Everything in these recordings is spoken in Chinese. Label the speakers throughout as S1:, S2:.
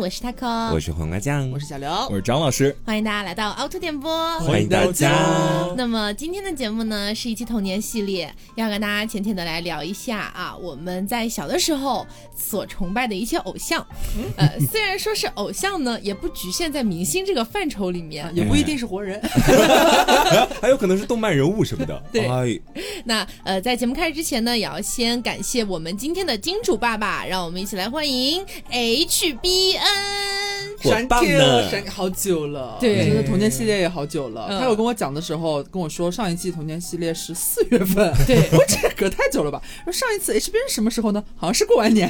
S1: 我是 taco，
S2: 我是黄瓜酱，
S3: 我是小刘，
S4: 我是张老师，
S1: 欢迎大家来到凹凸电波。
S2: 欢迎大家。
S1: 那么今天的节目呢，是一期童年系列，要跟大家浅浅的来聊一下啊，我们在小的时候所崇拜的一些偶像。
S2: 嗯
S1: 呃，虽然说是偶像呢，也不局限在明星这个范畴里面。
S3: 也不一定是活人。
S2: 嗯还有可能是动漫人物什么的。
S1: 对
S2: 哎，
S1: 那呃，在节目开始之前呢，也要先感谢我们今天的金主爸爸，让我们一起来欢迎 HBN。
S2: 我
S3: 闪
S2: 棒
S3: 贴
S2: 呢
S3: 了，闪好久了，
S1: 对
S3: 真的童年系列也好久了。
S1: 嗯
S3: 他有跟我讲的时候跟我说，上一季童年系列是四月份，
S1: 对
S3: 我说这隔太久了吧？说上一次 HBN 是什么时候呢？好像是过 完年，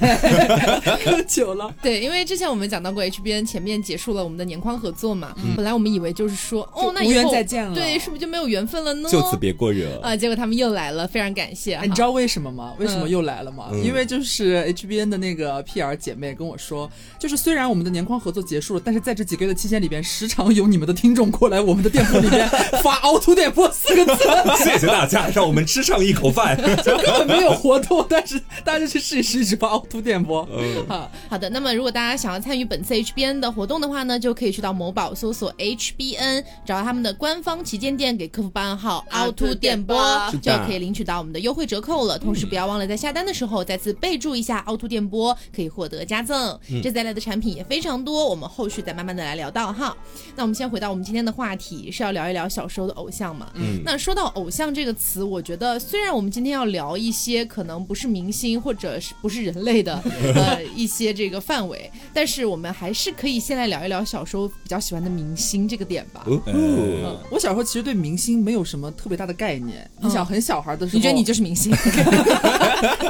S3: 隔久了。
S1: 对，因为之前我们讲到过 HBN 前面结束了我们的年框合作嘛，
S2: 嗯
S1: 本来我们以为就是说，哦，那以后
S3: 无缘再见了
S1: 对，是不是就没有缘分了呢？
S2: 就此别过热。
S1: 啊，结果他们又来了，非常感谢哈。
S3: 哎你知道为什么吗？为什么
S1: 嗯
S3: 又来了吗？
S2: 嗯
S3: 因为就是 HBN 的那个 PR 姐妹跟我说，就是虽然我们的年框合作结束了，但是在这几个月的期间里边，时常有你们的听众过来我们的店铺里边发“凹凸电波”四个字，
S2: 谢谢大家，让我们吃上一口饭。
S3: 就根本没有活动，但是 大家就去试一试，一直发“凹凸电波”
S2: 嗯
S3: 啊。
S1: 好的，那么如果大家想要参与本次 HBN 的活动的话呢，就可以去到某宝搜索 HBN，找到他们的官方旗舰店，给客服报暗号
S3: 凹
S1: 凹凸电
S3: 凸啊电
S1: 波
S3: 波，
S2: 是
S1: 就
S2: 的
S1: 可以领取到我们的优惠折扣了。同时不要忘了在下单的时候再次备注一下凹凸电波，可以获得加赠。
S2: 嗯
S1: 这次带来的产品也非常多，我们后续再慢慢的来聊到哈。那我们先回到我们今天的话题，是要聊一聊小时候的偶像嘛？
S2: 嗯，
S1: 那说到偶像这个词，我觉得虽然我们今天要聊一些可能不是明星或者是不是人类 的呃一些这个范围，但是我们还是可以先来聊一聊小时候比较喜欢的明星这个点吧。
S2: 哦
S4: 呃
S3: 我小时候其实对明星没有什么特别大的概念。
S1: 嗯
S3: 你想，很小孩的时候，
S1: 你觉得你就是明星？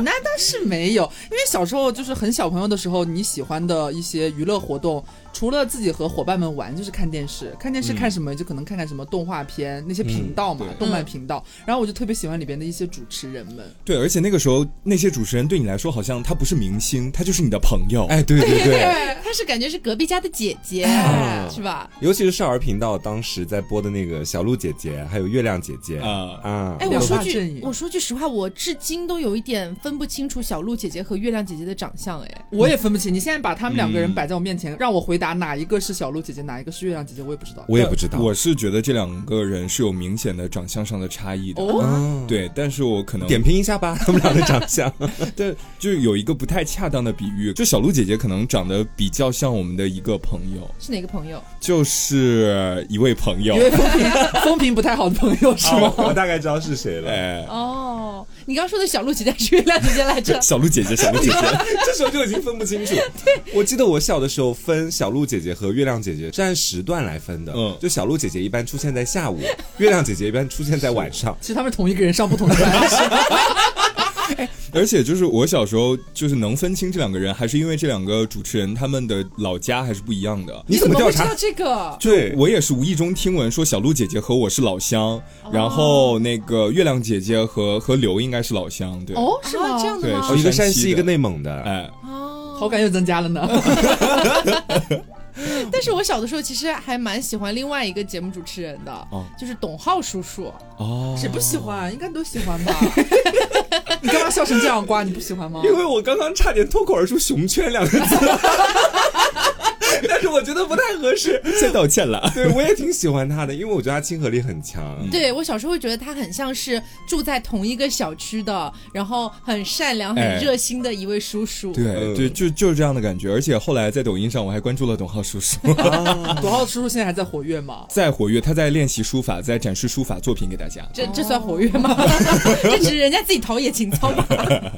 S3: 那倒是没有，因为小时候就是很小朋友的时候，你喜欢的一些娱乐活动，除了自己和伙伴们玩，就是看电视。看电视看什么，就可能看看什么动画片那些频道嘛，
S2: 嗯对
S3: 动漫频道。然后我就特别喜欢里边的一些主持人们，
S4: 对，而且那个时候那些主持人对你来说，好像他不是明星，他就是你的朋友。
S2: 哎，对对 对，
S1: 他是感觉是隔壁家的姐姐，
S2: 哎
S1: 是吧？
S2: 尤其是少儿频道当时在播的那个小鹿姐姐，还有月亮姐姐
S4: 啊
S2: 啊
S1: 哎，
S3: 两
S1: 我说
S3: 大阵
S1: 句
S3: 营
S1: 我说句实话，我至今都有一点分不清楚小鹿姐姐和月亮姐姐的长相。哎，
S3: 我也分不清。你现在把他们两个人
S4: 嗯
S3: 摆在我面前，让我回答哪一个是小鹿姐姐，哪一个是月亮姐姐，我也不知道。
S2: 我也不知道。
S4: 我是觉得这两个人是有明显的长相上的差异的。
S3: 哦，
S2: 嗯，
S4: 对，但是我可能
S2: 点评一下吧，他们俩的长 相。
S4: 但就有一个不太恰当的比喻，就小鹿姐姐可能长得比较像我们的一个朋友，
S1: 是哪个朋友？
S4: 就是一位朋友
S3: 因，为风评风评不太好的朋友是吗？
S2: 我大概知道是谁了。
S4: 哎，
S1: 哦，你刚说的小鹿姐姐还是月亮姐姐来着？
S4: 小鹿姐姐，小鹿姐 姐，
S2: 这时候就已经分不清楚。我记得我小的时候分小鹿姐姐和月亮姐姐是按时段来分的，
S4: 嗯
S2: 就小鹿姐姐一般出现在下午， 月亮姐姐一般出现在晚上。
S3: 其实他们是同一个人上不同的班，是吧
S4: 而且就是我小时候就是能分清这两个人，还是因为这两个主持人他们的老家还是不一样 的。
S2: 你怎么
S1: 会
S2: 调
S1: 知道
S2: 查？
S1: 这个？
S2: 对，
S4: 我也是无意中听闻说小鹿姐姐和我是老乡，然后那个月亮姐姐和和刘应该是老乡，对，
S3: 哦，是
S1: 是
S3: 吗？
S1: 吗？这样的
S4: 对
S1: 吗？
S2: 哦，一个山
S4: 山西
S2: 西，
S4: 的
S2: 一个内蒙的。
S4: 哎，
S1: 哦，
S3: 好。感又增加了呢。
S1: 但是我小的时候其实还蛮喜欢另外一个节目主持人的，
S4: 哦
S1: 就是董浩叔叔。
S4: 哦，
S3: 谁不喜欢？应该都喜欢吧？ 你干嘛笑成这样瓜？你不喜欢吗？
S2: 因为我刚刚差点脱口而出“熊圈”两个字， 但是我觉得不太合适。
S4: 先道歉了。
S2: 对，我也挺喜欢他的，因为我觉得他亲和力很强。
S4: 嗯
S1: 对我小时候会觉得他很像是住在同一个小区的，然后很善良、很
S4: 哎
S1: 热心的一位叔叔。
S4: 对对，就就是这样的感觉。而且后来在抖音上我还关注了董浩叔 叔，
S3: 董浩啊叔叔现在还在活跃吗？
S4: 在活跃，他在练习书法，在展示书法作品给大家。
S1: 这这算活跃 吗？这只是人家自己陶冶情操吧。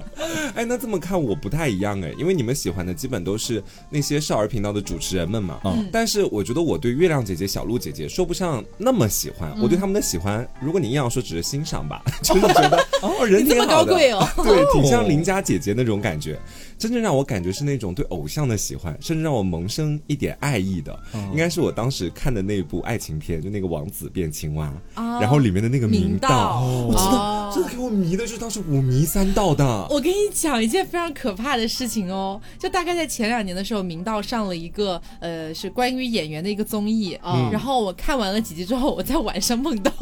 S2: 哎，那这么看我不太一样哎，因为你们喜欢的基本都是那些少儿频道的主持人们嘛。
S4: 嗯
S2: 但是我觉得我对月亮姐姐、小鹿姐姐说不上那么喜欢，我对他们的喜欢，如果你硬要说，只是欣赏吧， 就是觉得哦，人
S1: 你这
S2: 挺
S1: 么
S2: 好
S1: 高
S2: 的，
S1: 贵哦。
S2: 对，挺像邻家姐姐那种感觉。真正让我感觉是那种对偶像的喜欢，甚至让我萌生一点爱意的，应该是我当时看的那部爱情片，就那个王子变青蛙，
S1: 哦
S2: 然后里面的那个
S1: 明
S2: 明
S1: 道
S2: 我真
S1: 哦
S2: 的真的给我迷的，就是当时五迷三道的。
S1: 我跟你讲一件非常可怕的事情哦，就大概在前两年的时候，明道上了一个呃是关于演员的一个综艺啊，
S4: 嗯
S1: 然后我看完了几集之后，我在晚上梦到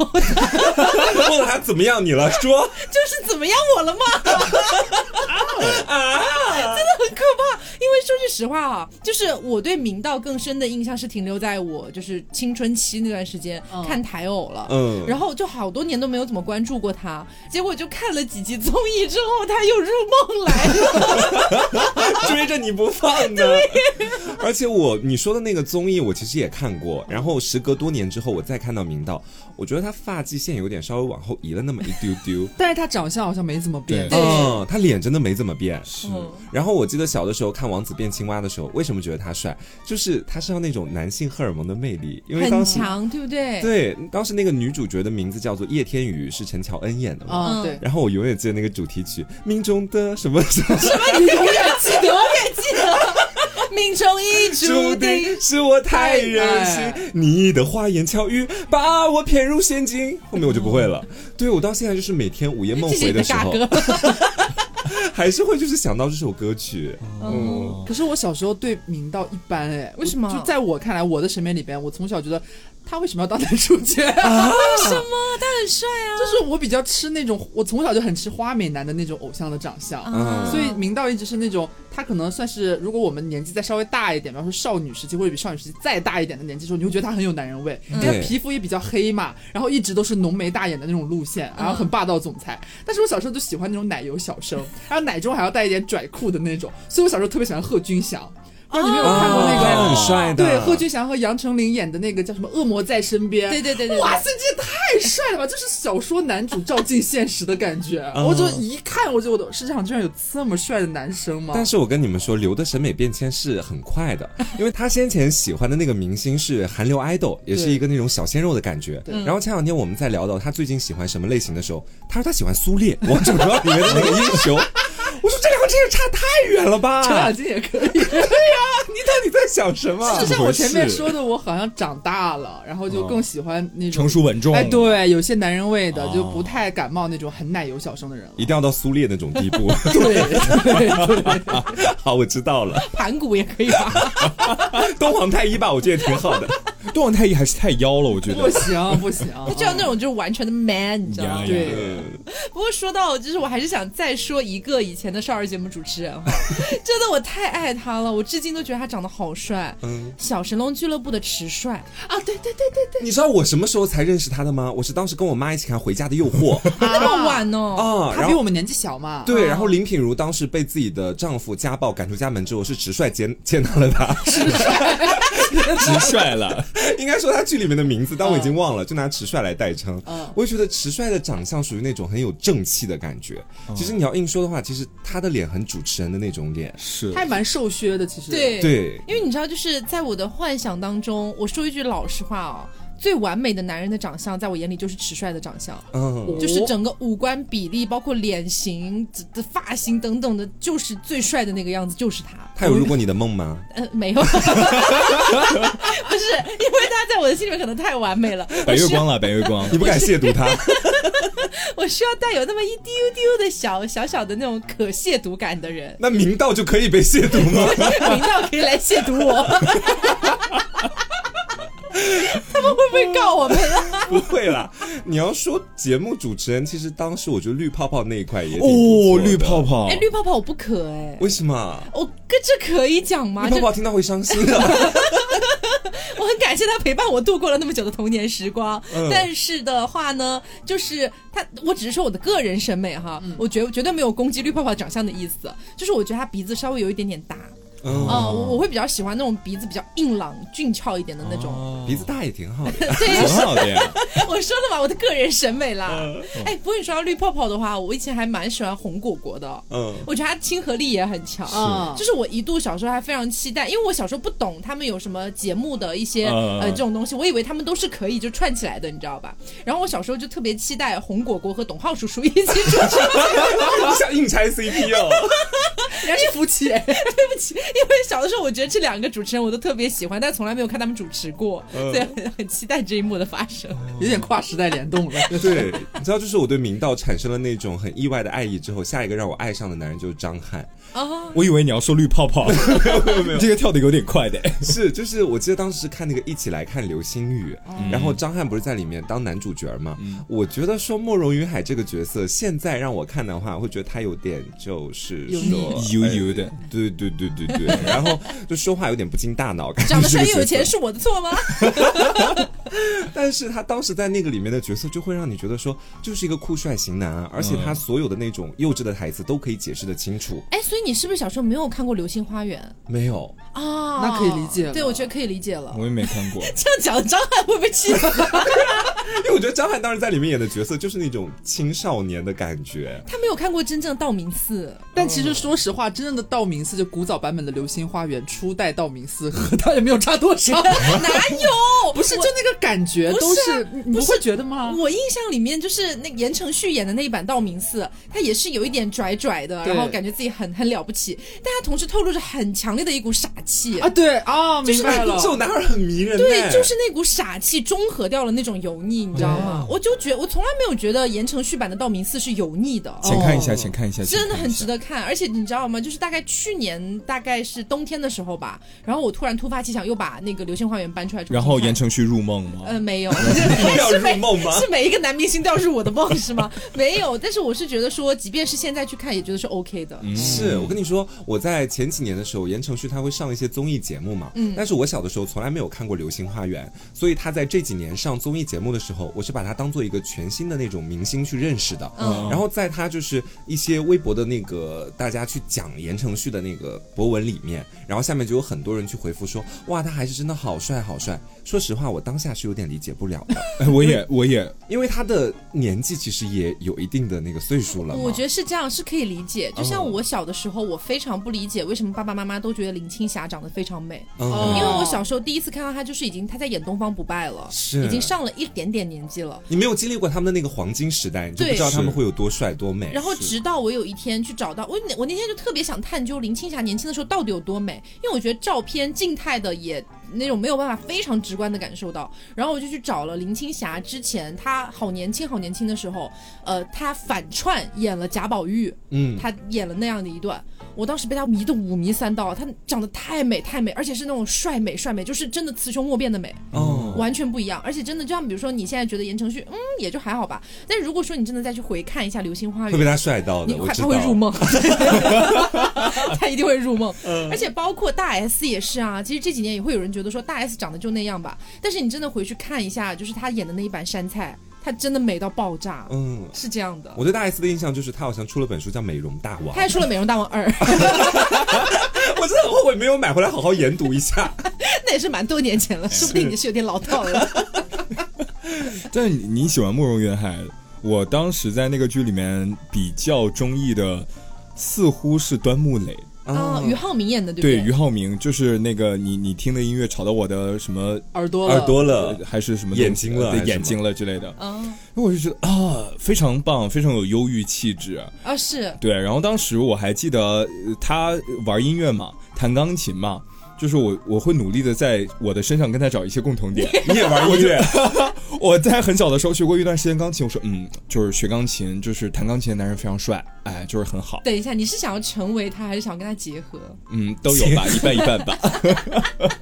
S2: 问了他怎么样你了，说
S1: 就是怎么样我了吗？真的很可怕，因为说句实话啊，就是我对明道更深的印象是停留在我就是青春期那段时间、
S3: 嗯
S1: 看台偶了。
S2: 嗯，
S1: 然后就好多年都没有怎么关注过他，结果就看了几集综艺之后，他又入梦来了。
S2: 追着你不放的。而且我你说的那个综艺，我其实也看过。然后时隔多年之后，我再看到明道，我觉得他发际线有点稍微往后移了那么一丢丢。
S3: 但是他长相好像没怎么变
S1: 对。
S2: 嗯，他脸真的没怎么变。
S4: 是
S1: 嗯
S2: 然后我记得小的时候看《王子变青蛙》的时候，为什么觉得他帅？就是他身上那种男性荷尔蒙的魅力，因为当
S1: 很
S2: 时
S1: 强，对不对？
S2: 对当时那个女主角的名字叫做叶天宇，是陈乔恩演的嘛。
S3: 啊、
S1: 嗯
S3: 对，
S2: 然后我永远记得那个主题曲《命中的什么什么》。
S1: 你永远记得，永远记得，命中已
S2: 注
S1: 注定
S2: 定。是我太任性
S3: 哎，
S2: 你的花言巧语把我骗入陷阱。后面我就不会
S3: 嗯
S2: 了。对我到现在就是每天午夜梦
S1: 谢谢
S2: 回
S1: 你的
S2: 时
S1: 尬
S2: 候，
S1: 歌，
S2: 还是会就是想到这首歌曲。
S3: 哦
S1: 嗯，
S3: 可是我小时候对明道一般哎，
S1: 为什么
S3: 就在我看来，我的审美里边，我从小觉得他为什么要当男主角？
S1: 什么？他很帅啊！
S3: 就是我比较吃那种，我从小就很吃花美男的那种偶像的长相。
S2: 嗯
S3: 所以明道一直是那种，他可能算是，如果我们年纪再稍微大一点，比方说少女时期或者比少女时期再大一点的年纪的时候，你会觉得他很有男人味，因为
S2: 嗯对
S3: 他皮肤也比较黑嘛，然后一直都是浓眉大眼的那种路线，然后很霸道总裁。
S2: 嗯
S3: 但是我小时候就喜欢那种奶油小生，然后奶中还要带一点拽酷的那种，所以我小时候特别喜欢贺军翔。不知道你们有没有看过那个？
S2: 哦很帅的
S3: 对，贺军翔和杨丞琳演的那个叫什么《恶魔在身边》。
S1: 对对对对对
S3: 哇塞，这也太帅了吧！这是小说男主照进现实的感觉。
S2: 嗯
S3: 我就一看，我就我的世界上居然有这么帅的男生吗？
S2: 但是我跟你们说，刘的审美变迁是很快 的，因为他先前喜欢的那个明星是韩流 idol，也是一个那种小鲜肉的感觉。然后前两天我们在聊到他最近喜欢什么类型的时候，他说他喜欢苏烈，《王者荣耀》里面的那个英 雄。我说这两个真是差太远了吧！
S3: 程咬金也可以。
S2: 你到底在想什么？
S3: 就像我前
S2: 怎么回
S3: 面
S2: 事嗯
S3: 说的，我好像长大了，然后就更喜欢那种
S4: 成熟稳重。
S3: 哎，对，有些男人味的，
S4: 哦
S3: 就不太感冒那种很奶油小生的人了。
S2: 一定要到苏烈那种地 步。
S3: 对，对对
S2: 好，我知道 了。
S1: 盘古也可以吧？
S2: 东皇太一吧，我觉得也挺好 的。
S4: 段太一还是太妖了，我觉
S3: 不
S4: 得。
S3: 行不行，
S1: 他就要那种就是完全的 man，你知道吗
S2: 哎
S4: 呀？
S3: 对
S4: 呀
S1: 不过说到，就是我还是想再说一个以前的少儿节目主持人 哈，真的我太爱他了，我至今都觉得他长得好帅。
S2: 嗯
S1: 小神龙俱乐部的迟帅，
S3: 啊！对对对对对，
S2: 你知道我什么时候才认识他的吗？我是当时跟我妈一起看《回家的诱 惑》
S1: 那么晚哦，
S2: 啊，
S3: 他
S2: 然
S3: 比我
S2: 后。
S3: 啊们年纪小嘛。
S2: 对，然后林品如当时被自己的丈夫家暴赶出家门之后，是直率接 接纳了 他。
S4: 直率了，
S2: 应该说他剧里面的名字，但我已经忘了，就拿迟帅来代称。
S3: 嗯
S2: 我就觉得迟帅的长相属于那种很有正气的感觉。
S3: 嗯
S2: 其实你要硬说的话，其实他的脸很主持人的那种脸。
S4: 是
S3: 他还蛮瘦削的，其实。
S1: 对
S2: 对，
S1: 因为你知道，就是在我的幻想当中，我说一句老实话哦，最完美的男人的长相，在我眼里就是迟帅的长相。
S2: 嗯，
S1: 就是整个五官比例，包括脸型、这这发型等等的，就是最帅的那个样子，就是他。
S2: 他有如果你的梦吗？
S1: 呃，没有，不 是，因为他在我的心里面可能太完美了，
S2: 哎
S4: 白月光了，白月光
S2: 你。不敢亵渎他。
S1: 我需要带有那么一丢丢的小小小的那种可亵渎感的人，
S2: 那明道就可以被亵渎吗？
S1: 明道可以来亵渎我。 他们会不会告我们啊？
S2: 不会啦，你要说节目主持人，其实当时我觉得绿泡泡那一块也挺不错
S4: 哦，
S2: 的
S4: 绿泡，泡
S1: 哎，，绿泡泡我不可哎、
S2: 为什么？
S1: 我跟这可以讲吗？
S2: 绿
S1: 这
S2: 泡泡听到会伤心啊的。
S1: 我很感谢他陪伴我度过了那么久的童年时光。
S2: 嗯
S1: 但是的话呢，就是他，我只是说我的个人审美哈，
S2: 嗯
S1: 我绝绝对没有攻击绿泡泡长相的意思，就是我觉得他鼻子稍微有一点点大，嗯、
S2: 嗯，
S1: 我我会比较喜欢那种鼻子比较硬朗、俊俏一点的那种。
S2: 鼻子大也挺好的。
S1: 对，
S4: 挺好的呀。
S1: 我说的嘛，我的个人审美啦。
S2: 嗯
S1: 哎，不过你说到绿泡泡的话，我以前还蛮喜欢红果果的，
S2: 嗯，
S1: 我觉得她亲和力也很强。嗯
S3: 啊，
S1: 就是我一度小时候还非常期待，因为我小时候不懂他们有什么节目的一些、
S4: 嗯
S1: 呃这种东西，我以为他们都是可以就串起来的，你知道吧？然后我小时候就特别期待红果果和董浩叔叔一起主持，
S2: 你想硬拆 CP 哦？
S3: 人家是夫妻，
S2: 嗯
S3: 哎
S1: 因为小的时候我觉得这两个主持人我都特别喜欢，但从来没有看他们主持过，所以很很期待这一幕的发生。
S3: 有点跨时代联动了。
S2: 对，你知道，就是我对明道产生了那种很意外的爱意之后，下一个让我爱上的男人就是张翰。
S4: 我以为你要说绿泡泡，这个跳的有点快的。
S2: 是，就是我记得当时是看那个《一起来看流星雨》，
S1: 哦
S2: 然后张翰不是在里面当男主角嘛？
S1: 嗯
S2: 我觉得说慕容云海这个角色，现在让我看的话，会觉得他有点就是
S3: 油腻
S2: 说
S4: 油油的，
S2: 对对对对对，然后就说话有点不经大脑，感觉
S1: 长得
S2: 是
S1: 帅
S2: 个
S1: 又有
S2: 角色
S1: 钱是我的错吗？
S2: 但是他当时在那个里面的角色，就会让你觉得说，就是一个酷帅型男啊，而且
S1: 嗯
S2: 他所有的那种幼稚的台词都可以解释的清楚。
S1: 哎，所以你是不是小时候没有看过《流星花园》
S2: 没有，
S1: 啊？
S3: 那可以理解了
S1: 对，我觉得可以理解了。
S4: 我也没看过。
S1: 这样讲，张翰会被气死。
S2: 因为我觉得张翰当时在里面演的角色就是那种青少年的感觉。
S1: 他没有看过真正道明寺，
S3: 但其实说实话，真正的道明寺就古早版本的《流星花园》，初代道明寺和他也没有差多 少，
S1: 哪 有？
S3: 不是就那个感觉
S1: 不
S3: 都
S1: 是啊
S3: 是，你
S1: 不
S3: 你不
S1: 是
S3: 会觉得吗？
S1: 我印象里面就是那言承旭演的那一版道明寺，他也是有一点拽拽的，
S3: 对
S1: 然后感觉自己很很了不起，但他同时透露着很强烈的一股傻气。
S3: 啊，对啊，明白了
S2: 这。种男孩很迷人、呢
S1: 对，就是那股傻气中和掉了那种油腻，你知道吗？我就觉我从来没有觉得言承旭版的道明寺是油腻的，
S4: 浅看一下，
S3: 哦
S4: 浅看一下，
S1: 真的很值
S4: 得。
S1: 得看。而且你知道吗？就是大概去年大概是冬天的时候吧，然后我突然突发奇想，又把那个《流星花园》搬出来重新看。
S4: 然后言承旭入梦吗？
S1: 呃，没有， 要
S2: 入梦吗
S1: 是每一个男明星都要入我的梦是吗？ 没有，但是我是觉得说，即便是现在去看，也觉得是 OK 的。
S2: 是我跟你说，我在前几年的时候，言承旭他会上一些综艺节目嘛，嗯，但是我小的时候从来没有看过《流星花园》，所以他在这几年上综艺节目的时候，我是把他当做一个全新的那种明星去认识的，
S1: 嗯
S2: 然后在他就是一些微博的那个大家去讲言承旭的那个博文里面，然后下面就有很多人去回复说，哇，他还是真的好帅好帅。说实话，我当下是有点理解不了的，
S4: 哎我也，我也，
S2: 因为他的年纪其实也有一定的那个岁数了嘛，
S1: 我觉得是这样，是可以理解。就
S2: 嗯
S1: 像我小的时候，我非常不理解为什么爸爸妈妈都觉得林青霞长得非常美，
S2: 嗯
S1: 因
S3: 哦
S1: 为我小时候第一次看到她，就是已经她在演《东方不败》了，
S2: 是
S1: 已经上了一点点年纪了。
S2: 你没有经历过他们的那个黄金时代，你就不
S1: 对
S2: 知道他们会有多帅多美。
S1: 然后
S2: 是
S1: 直到我有一天去找到我那，我那天就特别想探究林青霞年轻的时候到底有多美，因为我觉得照片静态的也那种没有办法非常直观的感受到。然后我就去找了林青霞之前她好年轻好年轻的时候，呃，她反串演了贾宝玉，
S2: 嗯，
S1: 她演了那样的一段，我当时被她迷得五迷三道，她长得太美太美，而且是那种帅美帅美，就是真的雌雄莫辨的美。
S2: 哦，
S1: 完全不一样，而且真的，就像比如说你现在觉得言承旭，嗯，也就还好吧。但如果说你真的再去回看一下《流星花
S2: 会被
S1: 园》，
S2: 他帅到
S1: 你
S2: 的，我
S1: 快
S2: 知
S1: 他
S2: 道。
S1: 会入梦， 他一定会入梦。
S2: 嗯
S1: 而且包括大 S 也是啊，其实这几年也会有人觉得说大 S 长得就那样吧，但是你真的回去看一下，就是她演的那一版杉菜，她真的美到爆炸，
S2: 嗯，
S1: 是这样的。
S2: 我对大 S 的印象就是他好像出了本书叫《美容大王
S1: 她》，还出了《美容大王二》，
S2: 我真的很后悔没有买回来好好研读一下。
S1: 那也是蛮多年前了，说不定已经是有点老套了。
S4: 但你你喜欢慕容云海，我当时在那个剧里面比较中意的，似乎是端木磊。
S2: 哦嗯
S1: 啊，俞灏明演的对
S4: 对，
S1: 不
S4: 俞灏明就是那个你你听的音乐吵到我的什么
S3: 耳朵了
S2: 耳朵了
S4: 呃，还是什么
S2: 眼睛了
S4: 对
S2: 还是
S4: 眼
S2: 什
S4: 睛了之类的，
S1: 啊
S4: 我就觉得啊，非常棒，非常有忧郁气质。
S1: 啊是，
S4: 对，然后当时我还记得呃他玩音乐嘛，弹钢琴嘛，就是我我会努力的在我的身上跟他找一些共同 点。
S2: 你也玩音 乐？
S4: 我在很小的时候学过一段时间钢琴，我说嗯，就是学钢琴，就是弹钢琴的男人非常帅，哎，就是很好，
S1: 等一下，你是想要成为他，还是想跟他结合？
S4: 嗯，都有吧，一半一半 吧。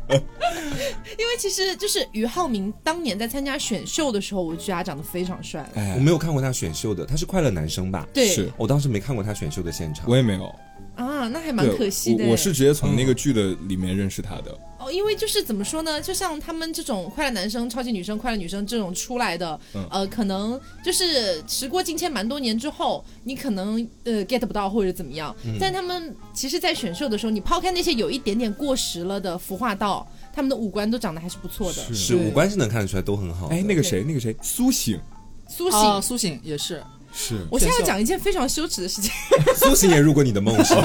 S1: 因为其实就是俞灏明当年在参加选秀的时候，我就觉得他长得非常帅。
S4: 哎
S2: 我，没有看过他选秀的，他是快乐男生吧？
S1: 对
S4: 是
S2: 我当时没看过他选秀的现场
S4: 我。也没有，
S1: 啊，那还蛮
S4: 对，
S1: 可惜的
S4: 我。我是直接从
S2: 嗯
S4: 那个剧的里面认识他的。
S1: 哦，因为就是怎么说呢，就像他们这种快乐男生、超级女生、快乐女生这种出来的，
S4: 嗯
S1: 呃，可能就是时过境迁蛮多年之后，你可能呃 get 不到或者怎么样。
S4: 嗯
S1: 但他们其实，在选秀的时候，你抛开那些有一点点过时了的服化道，他们的五官都长得还是不错的。
S2: 是
S3: 对
S2: 五官是能看得出来都很好的。
S4: 哎，那个谁，那个谁，苏醒
S1: 苏醒，
S4: 哦
S3: 啊，苏醒也是，
S4: 是
S1: 我现在
S3: 选
S1: 要
S3: 秀
S1: 讲一件非常羞耻的事情。
S2: 苏醒也入过你的梦是 吗？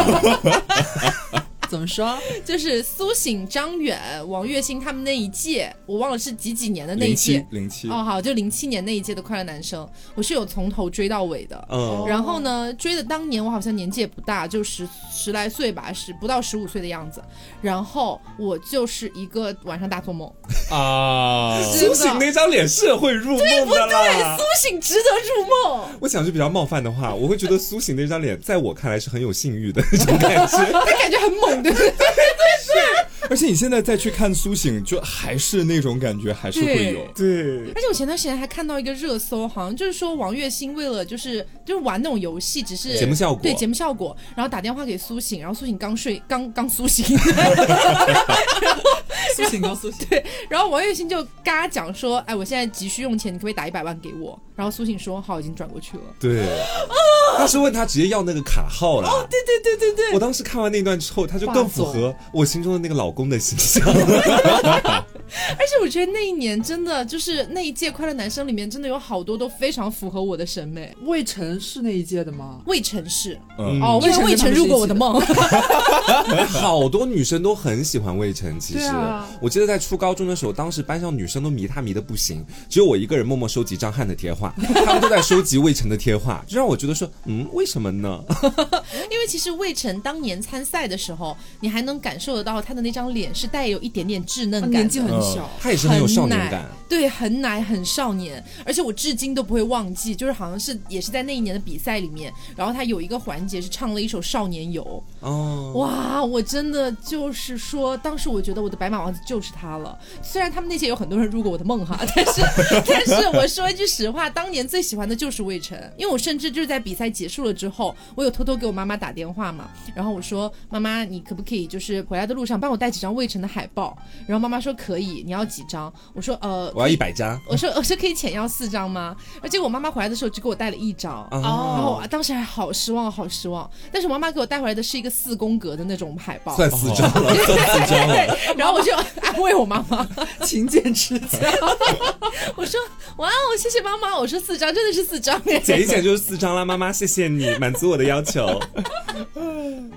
S3: 怎么 说？
S1: 就是苏醒、张远、王栎鑫他们那一届，我忘了是几几年的那一
S4: 零
S1: 届
S4: 七。零七，
S1: 哦，好，就零七年那一届的《快乐男声》，我是有从头追到尾的。
S2: 嗯，
S1: 然后呢，追的当年我好像年纪也不大，就十十来岁吧，十不到十五岁的样子。然后我就是一个晚上大做梦，
S4: 啊，
S2: 苏醒那张脸是会入梦的啦
S1: 苏。醒值得入 梦，
S2: 我讲句比较冒犯的话，我会觉得苏醒那 张脸，在我看来是很有性欲的那种感觉。
S1: 他感觉很猛，对不对？
S4: 而且你现在再去看苏醒，就还是那种感觉，还是会有。
S2: 对，
S1: 而且我前段时间还看到一个热搜，好像就是说王栎鑫为了就是就是玩那种游戏，只是
S2: 节目效果
S1: 对节目效果，然后打电话给苏醒，然后苏醒刚睡，刚刚苏 醒，
S3: 苏醒高苏醒，
S1: 对，然后王栎鑫就跟他讲说，哎，我现在急需用钱，你可不可以打一百万给我？然后苏醒说好，已经转过去了。
S2: 对，他是问他直接要那个卡号了。
S1: 哦对对对对对，
S2: 我当时看完那段之后，他就更符合我心中的那个老公的 形象。
S1: 而且我觉得那一年真的就是那一届快乐男生里面，真的有好多都非常符合我的审美。
S3: 魏晨是那一届的吗？
S1: 魏晨是，
S2: 嗯
S1: 哦，魏晨魏晨入过我的 梦，
S2: 好多女生都很喜欢魏晨，其
S3: 对
S2: 实、
S3: 啊
S2: 我记得在初高中的时候，当时班上女生都迷他迷的不行，只有我一个人默默收集张翰的 贴画，他们都在收集魏晨的贴画，就让我觉得说，嗯，为什么呢？
S1: 因为其实魏晨当年参赛的时候，你还能感受得到他的那张脸是带有一点点稚嫩
S3: 他
S1: 感的，
S3: 年纪很小，
S2: 他也是很有少年
S1: 很
S2: 感
S1: 奶，对，很奶很少年，而且我至今都不会忘记，就是好像是也是在那一年的比赛里面，然后他有一个环节是唱了一首《少年游
S2: 哦，》，
S1: 哇，我真的就是说，当时我觉得我的白马王子就是他了。虽然他们那些有很多人入过我的梦哈， 但是但是我说一句实话，当年最喜欢的就是魏晨，因为我甚至就是在比赛结束了之后，我有偷偷给我妈妈打电话嘛，然后我说妈妈，你可不可以就是回来的路上帮我带几张魏晨的海报？然后妈妈说可以，你要几张？我说呃，
S2: 我要一百张。
S1: 我说我说可以浅要四张吗？而结果我妈妈回来的时候只给我带了一张，
S2: 哦
S1: 然后我当时还好失望，好失望。但是我妈妈给我带回来的是一个四宫格的那种海报，
S2: 算四张了，算四张 了。
S1: 对，然后我就安慰我妈妈，
S2: 嗯
S3: 勤俭持家。
S1: 我说哇哦，谢谢妈妈，我说四张真的是四张哎
S2: 剪一剪就是四张啦，妈妈，谢谢你满足我的要求。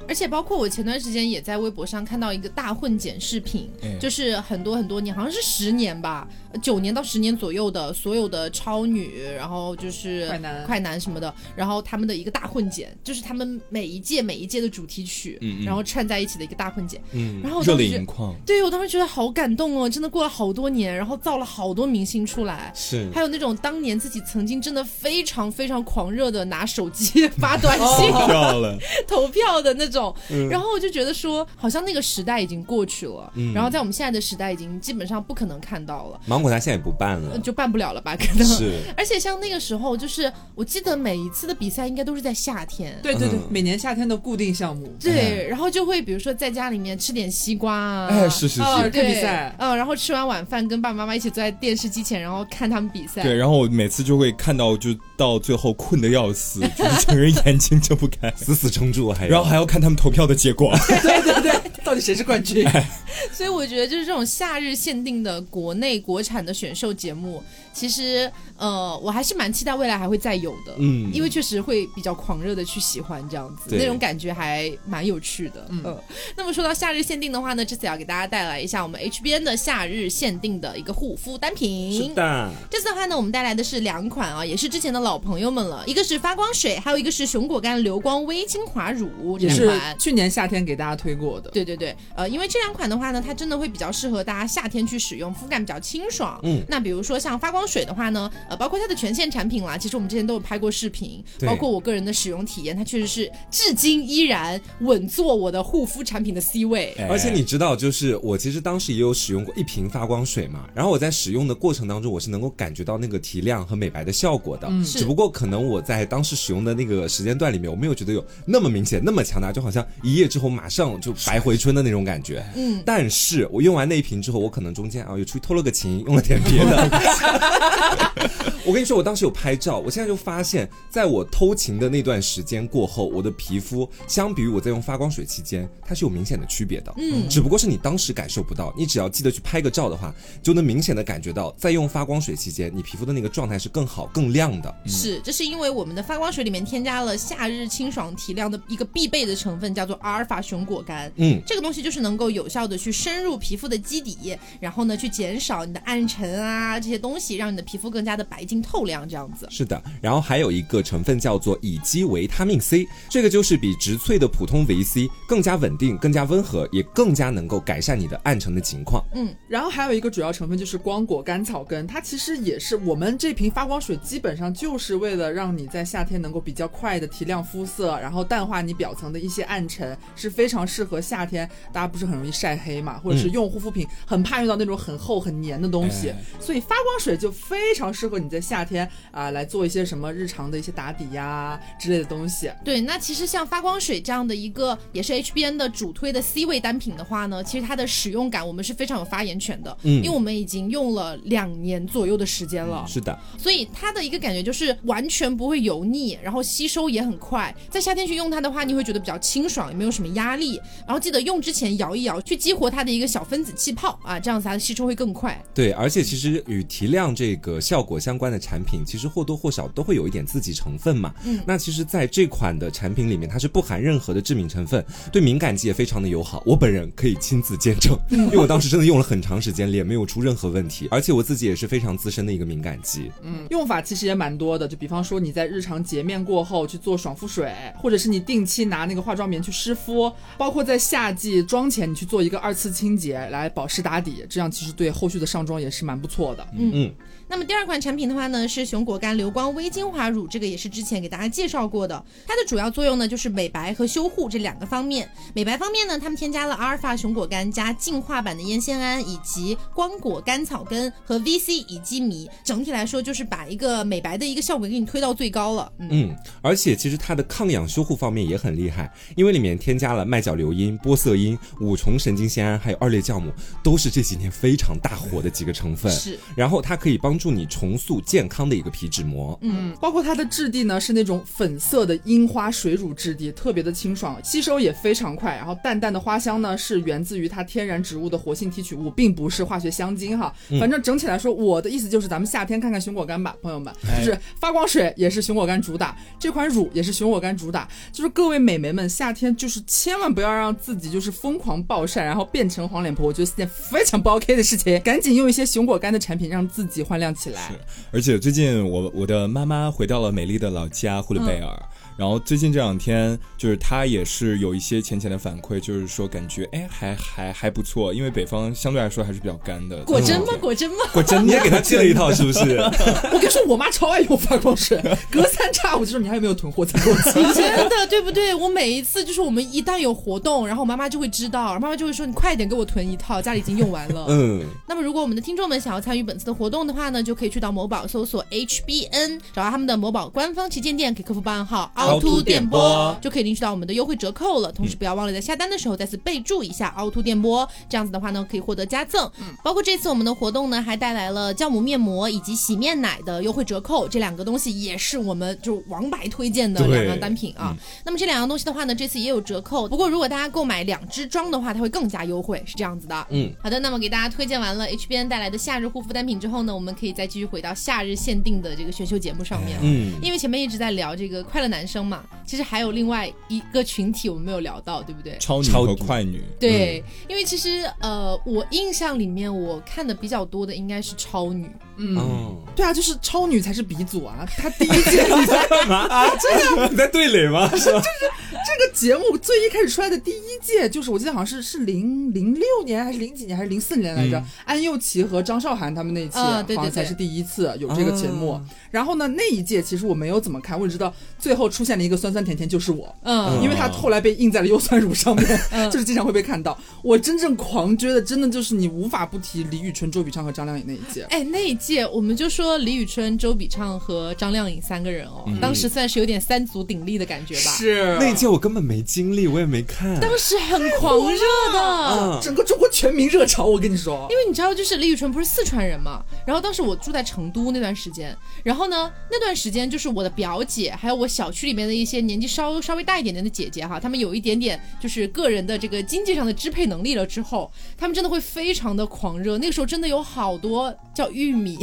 S1: 而且包括我前段时间也在微博上看到一个大混剪视频，
S4: 嗯
S1: 就是很多很多年，好像是十年吧，呃九年到十年左右的所有的超女，然后就是
S3: 快男
S1: 快男什么的，然后他们的一个大混剪，就是他们每一届每一届的主题曲，
S4: 嗯嗯
S1: 然后串在一起的一个大混剪，
S2: 嗯，
S1: 然后我
S4: 热
S1: 当
S4: 泪
S1: 时觉
S4: 盈。眶，
S1: 对，我当时觉得好感动哦，真的过了好多年，然后造了好多明星出来，
S4: 嗯
S2: 是
S1: 还有那种当年自己曾经真的非常非常狂热的拿手机 发短信、
S3: 哦
S4: 漂亮。
S1: 投票的那种，
S4: 嗯
S1: 然后我就觉得说，好像那个时代已经过去了，
S4: 嗯
S1: 然后在我们现在的时代已经基本上不可能看到了，
S2: 芒果台现在也不办
S1: 呃
S4: 嗯
S2: 了，
S1: 就办不了了吧？可能。
S2: 是
S1: 而且像那个时候，就是我记得每一次的比赛应该都是在夏天。
S3: 对对对
S2: 嗯，
S3: 每年夏天的固定项目。
S1: 对，然后就会比如说在家里面吃点西瓜啊，
S4: 哎，是是
S3: 啊
S4: 是，
S1: 对
S3: 看比赛
S1: 嗯，然后吃完晚饭跟爸爸妈妈一起坐在电视机前，然后看他们比赛。
S4: 对。然后我每次就会看到，就到最后困得要死，就是整个人眼睛睁不
S2: ，
S4: 开
S2: 死死撑住，还有
S4: 然后还要看他们投票的结果。
S3: 对对对，到底谁是 冠军？
S1: 所以我觉得就是这种夏日限定的国内国产的选秀节目，其实呃，我还是蛮期待未来还会再有的，
S2: 嗯
S1: 因为确实会比较狂热的去喜欢这样子，
S2: 对
S1: 那种感觉还蛮有趣的。嗯、那么说到夏日限定的话呢，这次也要给大家带来一下我们 HBN 的夏日限定的一个护肤单
S2: 是
S1: 品。
S2: 的，
S1: 这次的话呢，我们带来的是两款啊，也是之前的老朋友们了，一个是发光水，还有一个是熊果苷流光微精华乳，这
S3: 也
S1: 两
S3: 是
S1: 款
S3: 去年夏天给大家推过的。
S1: 对对对，呃，因为这两款的话呢，它真的会比较适合大家夏天去使用，肤感比较清爽。
S2: 嗯
S1: 那比如说像发光水的话呢，呃，包括它的全线产品啦，其实我们之前都有拍过视频，
S2: 对
S1: 包括我个人的使用体验，它确实是至今依然稳坐我的护肤产品的 C 位。
S4: 哎
S2: 而且你知道，就是我其实当时也有使用过一瓶发光水嘛，然后我在使用的过程当中，我是能够感觉到那个提亮和美白的效果的，
S1: 是
S2: 只不过可能我在当时使用的那个时间段里面，我没有觉得有那么明显、那么强大，就好像一夜之后马上就白回春的那种感觉。
S1: 嗯，
S2: 但是我用完那一瓶之后，我可能中间啊又出去偷了个情，用了点别的。我跟你说，我当时有拍照，我现在就发现，在我偷情的那段时间过后，我的皮肤相比于我在用发光水期间，它是有明显的区别的。嗯，只不过是你当时感受不到，你只要记得去拍个照的话，就能明显的感觉到，在用发光水期间，你皮肤的那个状态是更好、更亮的。
S1: 是，这是因为我们的发光水里面添加了夏日清爽提亮的一个必备的成分，叫做阿尔法熊果苷。
S2: 嗯，
S1: 这个东西就是能够有效的去深入皮肤的基底，然后呢，去减少你的暗沉啊这些东西，让你的皮肤更加的白净透亮，这样子。
S2: 是的，然后还有一个成分叫做乙基维他命 C，这个就是比植萃的普通维 C 更加稳定、更加温和，也更加能够改善你的暗沉的情况。
S3: 然后还有一个主要成分就是光果甘草根，它其实也是我们这瓶发光水基本上就是为了让你在夏天能够比较快的提亮肤色，然后淡化你表层层的一些暗沉，是非常适合夏天，大家不是很容易晒黑嘛，或者是用护肤品很怕用到那种很厚很黏的东西，
S4: 哎
S3: 所以发光水就非常适合你在夏天啊、来做一些什么日常的一些打底呀、之类的东西。
S1: 对，那其实像发光水这样的一个也是 HBN 的主推的 C 位单品的话呢，其实它的使用感我们是非常有发言权的，
S2: 嗯
S1: 因为我们已经用了两年左右的时间了，
S2: 是的，
S1: 所以它的一个感觉就是完全不会油腻，然后吸收也很快。在夏天去用它的话，你会觉得比较清爽，也没有什么压力。然后记得用之前摇一摇，去激活它的一个小分子气泡啊，这样子它的吸收会更快。
S2: 对，而且其实与提亮这个效果相关的产品，其实或多或少都会有一点自己成分嘛。嗯，那其实在这款的产品里面，它是不含任何的致敏成分，对敏感肌也非常的友好。我本人可以亲自见证，因为我当时真的用了很长时间，脸没有出任何问题，而且我自己也是非常资深的一个敏感肌。
S3: 用法其实也蛮多的，就比方说你在日常洁面过后去做爽肤水，或者是你定期拿那个化妆棉去湿敷，包括在夏季妆前你去做一个二次清洁来保湿打底，这样其实对后续的上妆也是蛮不错的。
S1: 那么第二款产品的话呢，是熊果苷流光微精华乳，这个也是之前给大家介绍过的。它的主要作用呢，就是美白和修护这两个方面。美白方面呢，他们添加了阿尔法熊果苷加净化版的烟酰胺，以及光果甘草根和 VC 乙基醚。整体来说，就是把一个美白的一个效果给你推到最高了。嗯，
S2: 嗯，而且其实它的抗氧修护方面也很厉害，因为里面添加了麦角硫因、玻色因、五重神经酰胺，还有二裂酵母，都是这几年非常大火的几个成分。
S1: 是。
S2: 然后它可以帮助你重塑健康的一个皮脂膜。
S3: 嗯，包括它的质地呢是那种粉色的樱花水乳质地，特别的清爽，吸收也非常快。然后淡淡的花香呢是源自于它天然植物的活性提取物，并不是化学香精哈。反正整体来说，我的意思就是咱们夏天看看熊果苷吧，朋友们，
S4: 哎
S3: 就是发光水也是熊果苷主打，这款乳也是熊果苷主打。就是各位美眉们，夏天就是千万不要让自己就是疯狂暴晒，然后变成黄脸婆，我觉得是件非常不 OK 的事情。赶紧用一些熊果苷的产品，让自己焕亮起来。
S4: 而且最近我我的妈妈回到了美丽的老家呼伦贝尔，
S1: 嗯
S4: 然后最近这两天就是她也是有一些浅浅的反馈，就是说感觉哎还还还不错，因为北方相对来说还是比较干的。
S1: 果真
S4: 嗯
S1: 吗？果真吗？
S4: 果真，
S2: 你也给她寄了一套，是不是？
S3: 我跟你说，我妈超爱用发光水，隔三差五就说你还有没有囤货，再给我寄。
S1: 真的对不对？我每一次就是我们一旦有活动，然后我妈妈就会知道，妈妈就会说你快点给我囤一套，家里已经用完了。
S2: 嗯，
S1: 那么，如果我们的听众们想要参与本次的活动的话呢，就可以去到某宝搜索 HBN，找到他们的某宝官方旗舰店，给客服报暗号凹凸电波，就可以领取到我们的优惠折扣了。同时，不要忘了在下单的时候再次备注一下凹凸电波，这样子的话呢，可以获得加赠。包括这次我们的活动呢，还带来了酵母面膜以及洗面奶的优惠折扣，这两个东西也是我们就是王白推荐的
S4: 对
S1: 两样单品啊。那么这两样东西的话呢，这次也有折扣，不过如果大家购买两支装的话，它会更加优惠，是这样子的。
S2: 嗯，
S1: 好的，那么给大家推荐完了 HBN 带来的夏日护肤单品之后呢，我们可以再继续回到夏日限定的这个选秀节目上面。
S2: 嗯，
S1: 因为前面一直在聊这个快乐男生嘛，其实还有另外一个群体我们没有聊到，对不对？
S4: 超女
S2: 超
S4: 和
S2: 女
S4: 快女，
S1: 对，因为其实呃，我印象里面我看的比较多的应该是超女，嗯
S2: 哦，
S3: 对啊，就是超女才是鼻祖啊！她第一届你在干嘛啊？这
S2: 你在对垒吗？
S3: 这个节目最一开始出来的第一届，就是我记得好像是是零零六年还是零几年还是零四年来着？安又琪和张韶涵他们那一届，
S1: 啊对对
S3: 好像才
S1: 对
S3: 是第一次有这个节目。
S2: 啊
S3: 然后呢，那一届其实我没有怎么看，我只知道最后出现了一个酸酸甜甜就是我。
S1: 嗯
S3: 因为它后来被印在了优酸乳上面，
S1: 嗯
S3: 就是经常会被看到。我真正狂追的，真的就是你无法不提李宇春、周笔畅和张靓颖那一届。
S1: 哎，那一届我们就说李宇春、周笔畅和张靓颖三个人哦，当时算是有点三足鼎立的感觉吧。，
S2: 那一届我根本没经历，我也没看。
S1: 当时很狂热的。
S2: 嗯
S3: 整个中国全民热潮，我跟你说
S1: 因，为你知道，就是李宇春不是四川人嘛，然后当时我住在成都那段时间，然后呢，那段时间就是我的表姐，还有我小区里面的一些年纪稍稍微大一点点的姐姐哈，她们有一点点就是个人的这个经济上的支配能力了之后，她们真的会非常的狂热，那个时候真的有好多叫玉 米，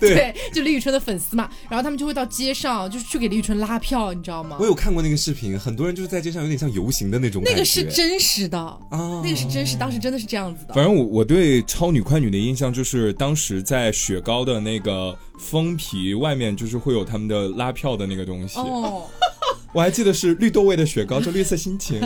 S1: 对，就李宇春的粉丝嘛，然后他们就会到街上就是去给李宇春拉票，你知道吗
S2: 我？有看过那个视频，很多人就是在街上有点像游行的那种感
S1: 那
S2: 觉。
S1: 个是真实的，
S2: 啊
S1: 那个是真实，当时真的是这样子的。
S4: 反正我我对超女快女的印象就是，当时在雪糕的那个封皮外面，就是会有他们的拉票的那个东西。
S1: 哦，
S4: 我还记得是绿豆味的雪糕，叫绿色心 情。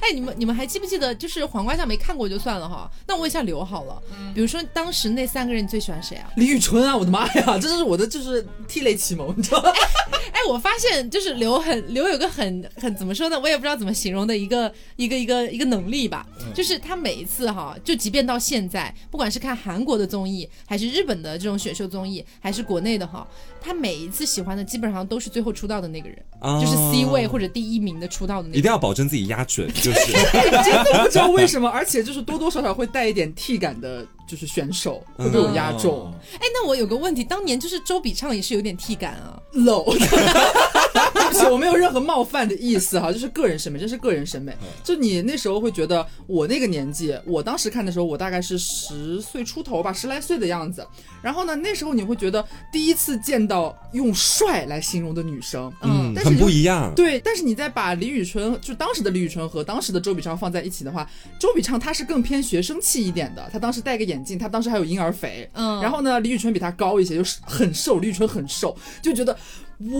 S1: 哎，你们你们还记不记得，就是黄瓜酱没看过就算了哈，那我问一下刘好了，比如说当时那三个人，你最喜欢谁啊？
S3: 李宇春啊，我的妈呀，这是我的就是涕泪启蒙，你知道吗？
S1: 哎，哎，我发现就是刘很刘有个很很怎么说呢，我也不知道怎么形容的一个一个一个一个能力吧，就是他每一次哈，就即便到现在，不管是看韩国的综艺，还是日本的这种选秀综艺，还是国内的哈，他每一次喜欢的基本上都是最后出道的那个人，
S2: 啊
S1: 就是 C 位或者哦第一名的出道的那
S2: 一
S1: 个
S2: 定
S1: 人。
S2: 要保证自己压准，就是
S3: 哎真的不 知道为什么，而且就是多多少少会带一点 T 感的，就是选手会被我压中
S4: 哦。
S1: 哎，那我有个问题，当年就是周笔畅也是有点替感啊，
S3: low。对不起，我没有任何冒犯的意思哈，就是个人审美，这是个人审美。就你那时候会觉得，我那个年纪，我当时看的时候，我大概是十岁出头吧，十来岁的样子。然后呢，那时候你会觉得第一次见到用帅来形容的女生，
S1: 嗯
S2: 嗯，
S3: 但是
S2: 很
S3: 你
S2: 不一样。
S3: 对，但是你再把李宇春，就当时的李宇春和当时的周笔畅放在一起的话，周笔畅她是更偏学生气一点的，她当时戴个眼镜，她当时还有婴儿肥，
S1: 嗯
S3: 然后呢，李宇春比她高一些，就是很瘦，李宇春很瘦，就觉得。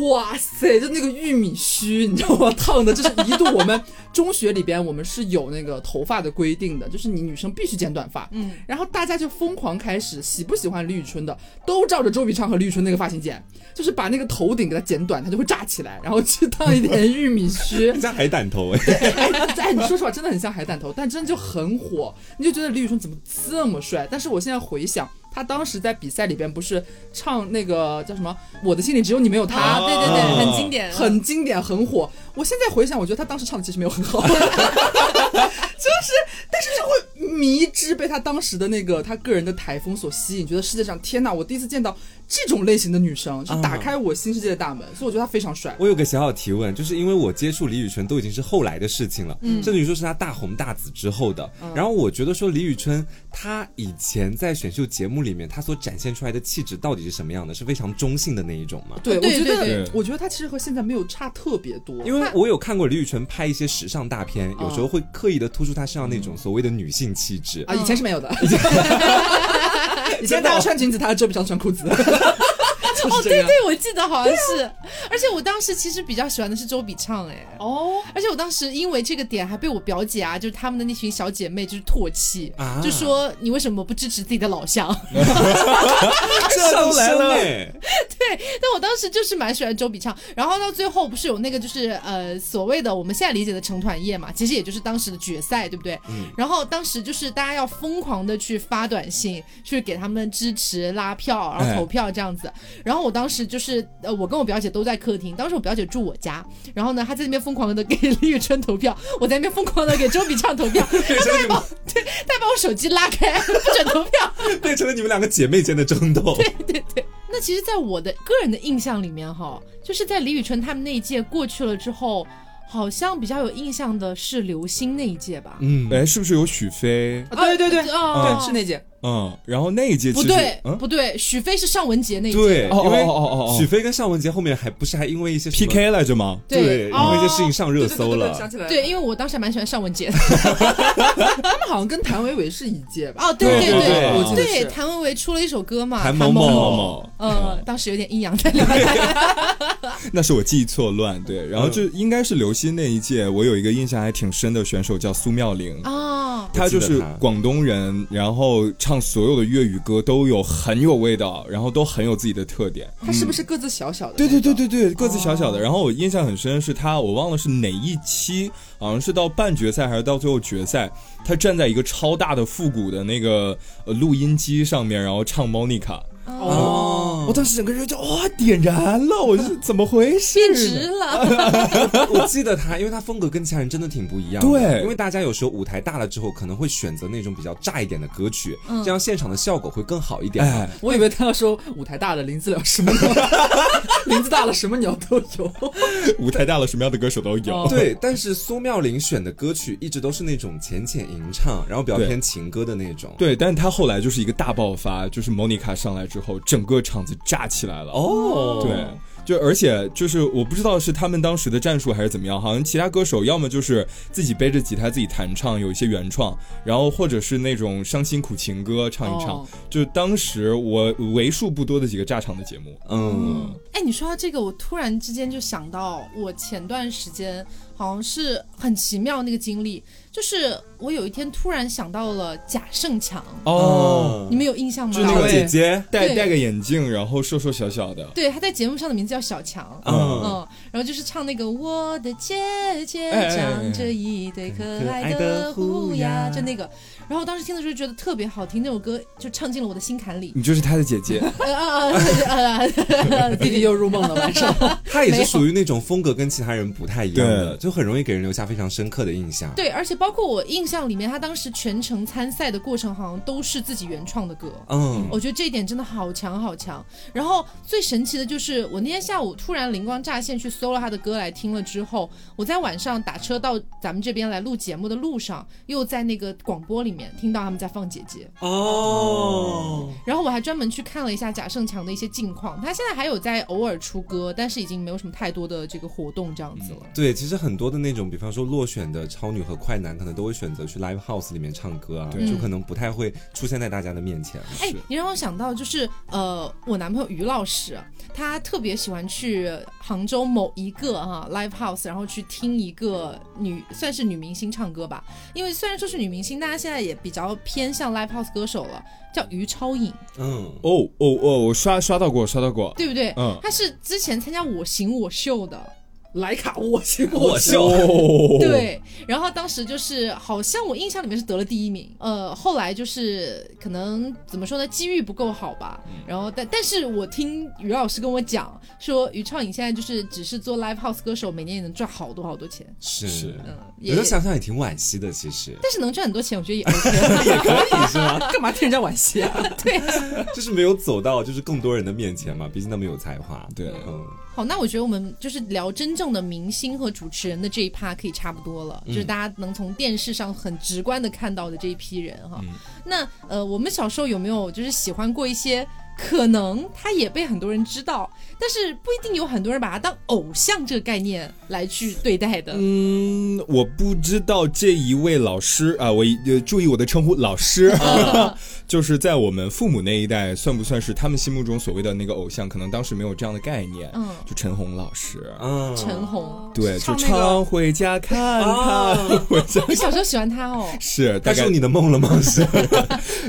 S3: 哇塞，就那个玉米须，你知道吗？ 烫的，就是一度我们中学里边我们是有那个头发的规定的，就是你女生必须剪短发。
S1: 嗯，
S3: 然后大家就疯狂开始喜不喜欢李宇春的，都照着周笔畅和李宇春那个发型剪，就是把那个头顶给它剪短，它就会炸起来，然后去烫一点玉米须。
S2: 像海胆头哎，
S3: 哎，你说实话，真的很像海胆头，但真的就很火，你就觉得李宇春怎么这么帅？但是我现在回想，他当时在比赛里边不是唱那个叫什么《我的心里只有你没有他
S1: 啊，》对对
S4: 啊
S1: 对，很经典，
S3: 很经典，很火。我现在回想，我觉得他当时唱的其实没有 很好，就是，但是就会迷之被他当时的那个他个人的台风所吸引，觉得世界上天哪，我第一次见到这种类型的女生，
S1: 嗯
S3: 就打开我新世界的大门，所以我觉得他非常帅。
S2: 我有个小小提问，就是因为我接触李宇春都已经是后来的事情了，甚至于说是她大红大紫之后的。然后我觉得说李宇春她以前在选秀节目里面她所展现出来的气质到底是什么样的？是非常中性的那一种吗？
S3: 对，
S1: 对
S3: 我觉
S1: 对
S3: 得
S4: 对，
S3: 我觉得他其实和现在没有差特别多，
S2: 因为我有看过李宇春拍一些时尚大片，有时候会刻意的突出她身上那种所谓的女性气质。
S3: 啊，以前是没有的。 以前大家穿裙子，他遮不上穿裤 子。
S1: 哦，
S3: 就是这
S1: 对
S3: 样。
S1: 对，我记得好像是，而且我当时其实比较喜欢的是周笔畅，哎，
S3: 哦，
S1: 而且我当时因为这个点还被我表姐啊，就是她们的那群小姐妹就是唾弃，
S2: 啊
S1: 就说你为什么不支持自己的老乡？
S2: 上升哎，
S1: 但我当时就是蛮喜欢周笔畅，然后到最后不是有那个就是呃所谓的我们现在理解的成团夜嘛，其实也就是当时的决赛，对不对？然后当时就是大家要疯狂的去发短信，去给他们支持、拉票，然后投票这样子。然后我当时就是呃，我跟我表姐都在客厅，当时我表姐住我家，然后呢她在那边疯狂的给 李宇春投票，我在那边疯狂的给周笔畅投票，
S2: 变成了你们
S1: 她把我手机拉开不准投票。
S2: 变成了你们两个姐妹间的争斗。
S1: 那其实，在我的个人的印象里面，哈，就是在李宇春他们那一届过去了之后，好像比较有印象的是刘星那一届吧？
S2: 嗯，
S4: 哎，是不是有许飞？
S3: 啊对对对，
S1: 哦
S3: 对，是那届。
S4: 嗯，然后那一届其
S1: 不
S4: 实
S1: 对，
S4: 嗯，
S1: 不对，许飞是尚雯婕那一届，
S2: 对，
S4: 哦
S2: 因为
S4: 哦哦哦哦哦
S2: 许飞跟尚雯婕后面还不是还因为一些什么
S4: PK 来着吗？
S2: 对，
S1: 对
S2: 因为这事情
S1: 哦
S2: 上热搜
S3: 对对对对想
S2: 了。
S3: 起来了。
S1: 对，因为我当时还蛮喜欢尚雯婕的。
S3: 他们好像跟谭维维是一届吧？
S1: 哦，对
S4: 对
S1: 对
S4: 对对
S3: 我记得
S1: 对，
S3: 是
S1: 谭维维出了一首歌嘛，
S2: 韩
S1: 韩
S2: 某
S1: 某
S2: 某
S4: 某
S1: 呃，当时有点阴阳在里面。
S4: 那是我记忆错乱，对。然后就应该是刘鑫那一届，我有一个印象还挺深的选手叫苏妙玲。
S1: 啊，
S4: 她就
S2: 我记
S4: 是
S2: 得她
S4: 广东人，然后唱所有的粤语歌都有很有味道，然后都很有自己的特点。
S3: 他是不是个子小小的？哦
S4: 对对对。对对，个子小小的。然后我印象很深是他，我忘了是哪一期，好像是到半决赛还是到最后决赛，他站在一个超大的复古的那个呃录音机上面，然后唱《Monica》。
S3: 哦
S4: 我，当时整个人就哇、点燃了，我是怎么回事？
S1: 变直了，
S2: 我记得他，因为他风格跟其他人真的挺不一样的。
S4: 对
S2: 因为大家有时候舞台大了之后，可能会选择那种比较炸一点的歌曲，这样现场的效果会更好一点。
S4: 哎，
S3: 我以为他要说舞台大了，林子了什么鸟， 林子大了什么鸟都有。
S4: 舞台大了，什么样的歌手都有。
S3: 哦
S2: 对，但是苏妙玲选的歌曲一直都是那种浅浅吟唱，然后比较
S4: 对
S2: 偏情歌的那种。
S4: 对，但是他后来就是一个大爆发，就是 Monica 上来之后，整个场子炸起来了。
S2: 哦，
S4: 对，就而且就是我不知道是他们当时的战术还是怎么样，好像其他歌手要么就是自己背着吉他自己弹唱，有一些原创，然后或者是那种伤心苦情歌唱一唱。
S3: 哦
S4: 就当时我为数不多的几个炸场的节目，
S2: 嗯，
S1: 哎，你说到这个，我突然之间就想到，我前段时间好像是很奇妙那个经历，就是我有一天突然想到了贾盛强，
S4: 哦
S1: 你，们有印象吗？
S4: 就那
S3: 哪
S4: 个
S3: 位
S2: 姐姐，
S4: 戴
S1: 对
S4: 戴个眼镜，然后瘦瘦小小的，
S1: 对，他在节目上的名字叫小强。
S2: 嗯，
S1: 嗯，然后就是唱那个我的姐姐
S4: 哎哎哎
S1: 长着一对可爱
S2: 可爱的
S1: 的
S2: 虎
S1: 虎
S2: 牙
S1: 牙，就那个。然后我当时听的时候觉得特别好听，那首歌就唱进了我的心坎里。
S4: 你就是他的姐姐，
S1: 呃呃呃呃，
S3: 弟弟又入梦了，晚 上
S2: 她也
S1: 没
S2: 是
S1: 有
S2: 属于那种风格跟其他人不太一样的，
S4: 对
S2: 就很容易给人留下非常深刻的印象。
S1: 对，而且包括我印象里面，他当时全程参赛的过程好像都是自己原创的歌。
S2: 嗯，
S1: 我觉得这一点真的好强好强。然后最神奇的就是，我那天下午突然灵光乍现去搜了他的歌来听了之后，我在晚上打车到咱们这边来录节目的路上，又在那个广播里面听到他们在放《姐姐
S2: 哦，》，
S1: 然后我还专门去看了一下贾盛强的一些近况，他现在还有在偶尔出歌，但是已经没有什么太多的这个活动这样子了。
S2: 对，其实很多的那种，比方说落选的超女和快男，可能都会选择去 live house 里面唱歌啊，
S4: 对
S2: 就可能不太会出现在大家的面前。
S1: 哎
S4: 是，
S1: 你让我想到就是，呃，我男朋友于老师，他特别喜欢去杭州某一个哈、live house，然后去听一个女算是女明星唱歌吧。因为虽然说是女明星，大家现在也比较偏向 live house 歌手了，叫于超颖，
S2: 嗯，
S4: 哦哦哦，我刷刷到过，刷到过，
S1: 对不对？
S4: 嗯
S1: 他是之前参加《我行我秀》的，
S3: 莱卡我行
S2: 我
S3: 秀，
S2: 秀，
S4: 哦
S1: 对，然后当时就是好像我印象里面是得了第一名，呃，后来就是可能怎么说呢，机遇不够好吧。然后但但是我听于老师跟我讲说，于畅颖现在就是只是做 live house 歌手，每年也能赚好多好多钱，
S2: 是
S4: 是
S1: 嗯，
S2: 有
S1: 也
S2: 时候想想也挺惋惜的，其实
S1: 但是能赚很多钱，我觉得也 OK。
S4: 哎
S3: 干嘛替人家惋惜啊？
S2: 就是没有走到就是更多人的面前嘛，毕竟那么有才华。
S4: 对
S2: 嗯，
S1: 好，哦那我觉得我们就是聊真正的明星和主持人的这一趴可以差不多了，
S2: 嗯
S1: 就是大家能从电视上很直观的看到的这一批人哈。
S2: 嗯
S1: 那呃，我们小时候有没有就是喜欢过一些可能他也被很多人知道，但是不一定有很多人把他当偶像这个概念来去对待的？
S4: 嗯，我不知道这一位老师啊、我一呃注意我的称呼，老师， 就是在我们父母那一代，算不算是他们心目中所谓的那个偶像？可能当时没有这样的概念，
S1: 嗯
S4: 就陈红老师，
S2: 嗯，
S1: 陈红，
S4: 对，就
S3: 唱那个
S4: 常回家看看，
S2: 啊
S4: 回家
S1: 你小时候喜欢他哦？
S4: 是大
S2: 他
S4: 概
S2: 受你的梦了吗？是，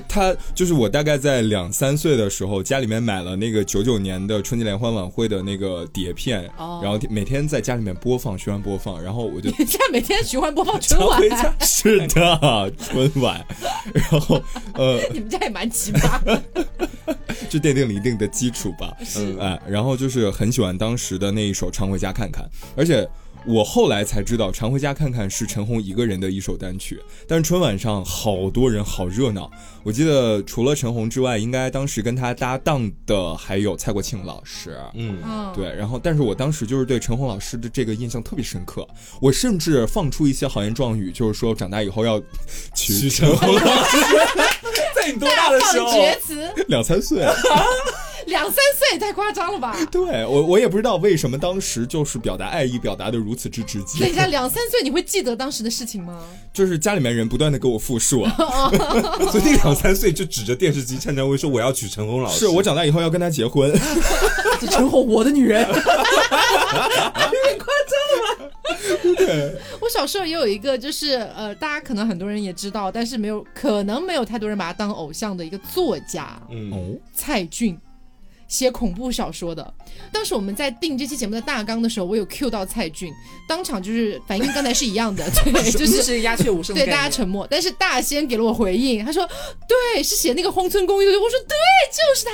S4: 他就是我大概在两三岁的时候，家里面买了那个九九年的春节联欢晚会的那个碟片，
S1: 哦
S4: 然后每天在家里面播放循环播放，然后我就
S1: 现在每天循环播放春 晚，
S4: 回家，是的，春晚，然后呃，
S1: 你们家也蛮奇葩。
S4: 就奠定了一定的基础吧。嗯，哎，然后就是很喜欢当时的那一首《常回家看看》，而且我后来才知道，《常回家看看》是陈红一个人的一首单曲，但是春晚上好多人，好热闹。我记得除了陈红之外，应该当时跟他搭档的还有蔡国庆老师。
S2: 嗯，
S1: 嗯，
S4: 对，然后但是我当时就是对陈红老师的这个印象特别深刻，我甚至放出一些豪言壮语，就是说长大以后要娶陈红老师，
S2: 在你多
S1: 大
S2: 大的时
S1: 放
S2: 候？
S1: 厥词，
S4: 两三岁。
S1: 两三岁也太夸张了 吧？
S4: 对我，我也不知道为什么当时就是表达爱意表达的如此之直
S1: 等一
S4: 接，
S1: 下，两三岁你会记得当时的事情吗？
S4: 就是家里面人不断的给我复述啊，
S2: 所以那两三岁就指着电视机颤颤巍巍说我要娶陈红老师。
S4: 是我长大以后要跟他结婚，
S3: 这陈红，我的女人，
S1: 我小时候也有一个，就是呃，大家可能很多人也知道，但是没有，可能没有太多人把他当偶像的一个作家
S2: 嗯，
S1: 蔡骏，写恐怖小说的。当时我们在定这期节目的大纲的时候，我有 cue 到蔡骏，当场就是反应跟刚才是一样 的，对，就
S3: 哎这
S1: 是。
S3: 是鸦雀无声的
S1: 对
S3: 概念。
S1: 大家沉默，但是大仙给了我回应，他说：“对，是写那个《荒村公寓》的。”我说：“对，就是他。”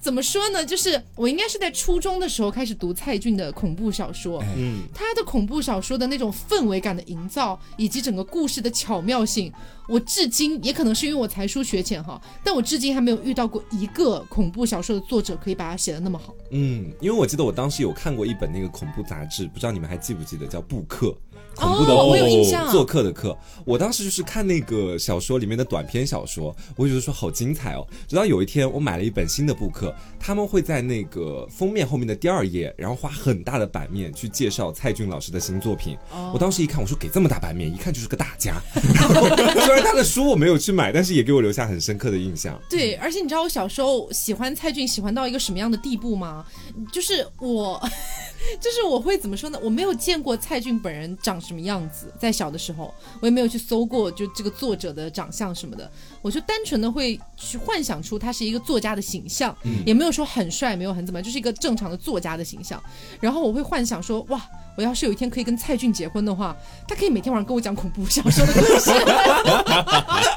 S1: 怎么说呢？就是我应该是在初中的时候开始读蔡骏的恐怖小说，
S2: 嗯，
S1: 他的恐怖小说的那种氛围感的营造，以及整个故事的巧妙性，我至今也可能是因为我才疏学浅哈，但我至今还没有遇到过一个恐怖小说的作者可以把它写的那么好。
S2: 嗯，因为我记得我当时有看过一本那个恐怖杂志，不知道你们还记不记得，叫《布克》，恐怖的
S1: 哦
S2: 布
S1: 我有印象
S2: 做客的客。我当时就是看那个小说里面的短篇小说，我就觉得说好精彩哦。直到有一天我买了一本新的布克，他们会在那个封面后面的第二页，然后花很大的版面去介绍蔡骏老师的新作品。
S1: 哦
S2: 我当时一看，我说给这么大版面，一看就是个大家。然后虽然他的书我没有去买，但是也给我留下很深刻的印象。
S1: 对，而且你知道我小时候喜欢蔡骏喜欢到一个什么样的地步吗？就是我 就是我会怎么说呢？我没有见过蔡骏本人长什么样子，在小的时候，我也没有去搜过就这个作者的长相什么的，我就单纯的会去幻想出他是一个作家的形象，也没有说很帅，没有很怎么样，就是一个正常的作家的形象。然后我会幻想说，哇，我要是有一天可以跟蔡骏结婚的话，他可以每天晚上跟我讲恐怖小说的故事。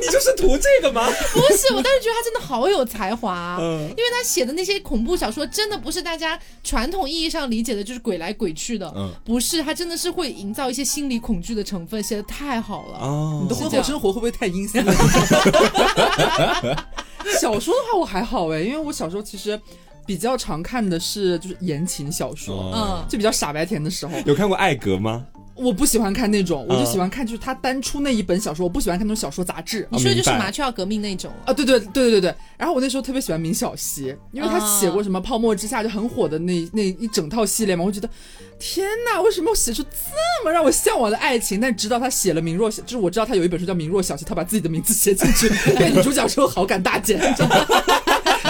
S2: 你就是图这个吗？嗯
S1: 不是，我当时觉得他真的好有才华，啊因为他写的那些恐怖小说，真的不是大家传统意义上理解的，就是鬼来鬼去的，
S4: 嗯
S1: 不是，他真的是会营造一些心理恐惧的成分，写的太好了。
S2: 哦
S3: 你的
S1: 是
S3: 婚
S1: 这
S3: 后
S1: 样
S3: 生活会不会太阴森了？ 小说的话我还好哎，因为我小时候其实比较常看的是就是言情小说，
S1: 嗯
S4: 哦，
S3: 就比较傻白甜的时候，
S2: 有看过艾格吗？
S3: 我不喜欢看那种，我就
S2: 嗯
S3: 喜欢看就是他单出那一本小说，我不喜欢看那种小说杂志。
S1: 你说的就是
S2: 哦明白
S1: 麻雀要革命那种了。
S3: 啊，对对对对对对。然后我那时候特别喜欢明晓溪，因为他
S1: 啊
S3: 写过什么《泡沫之夏》就很火的那那一整套系列嘛，我觉得天哪，为什么我写出这么让我向往的爱情？但直到他写了《明若小》，就是我知道他有一本书叫《明若小溪》，他把自己的名字写进去， 对女主角之后好感大减，你知道吗？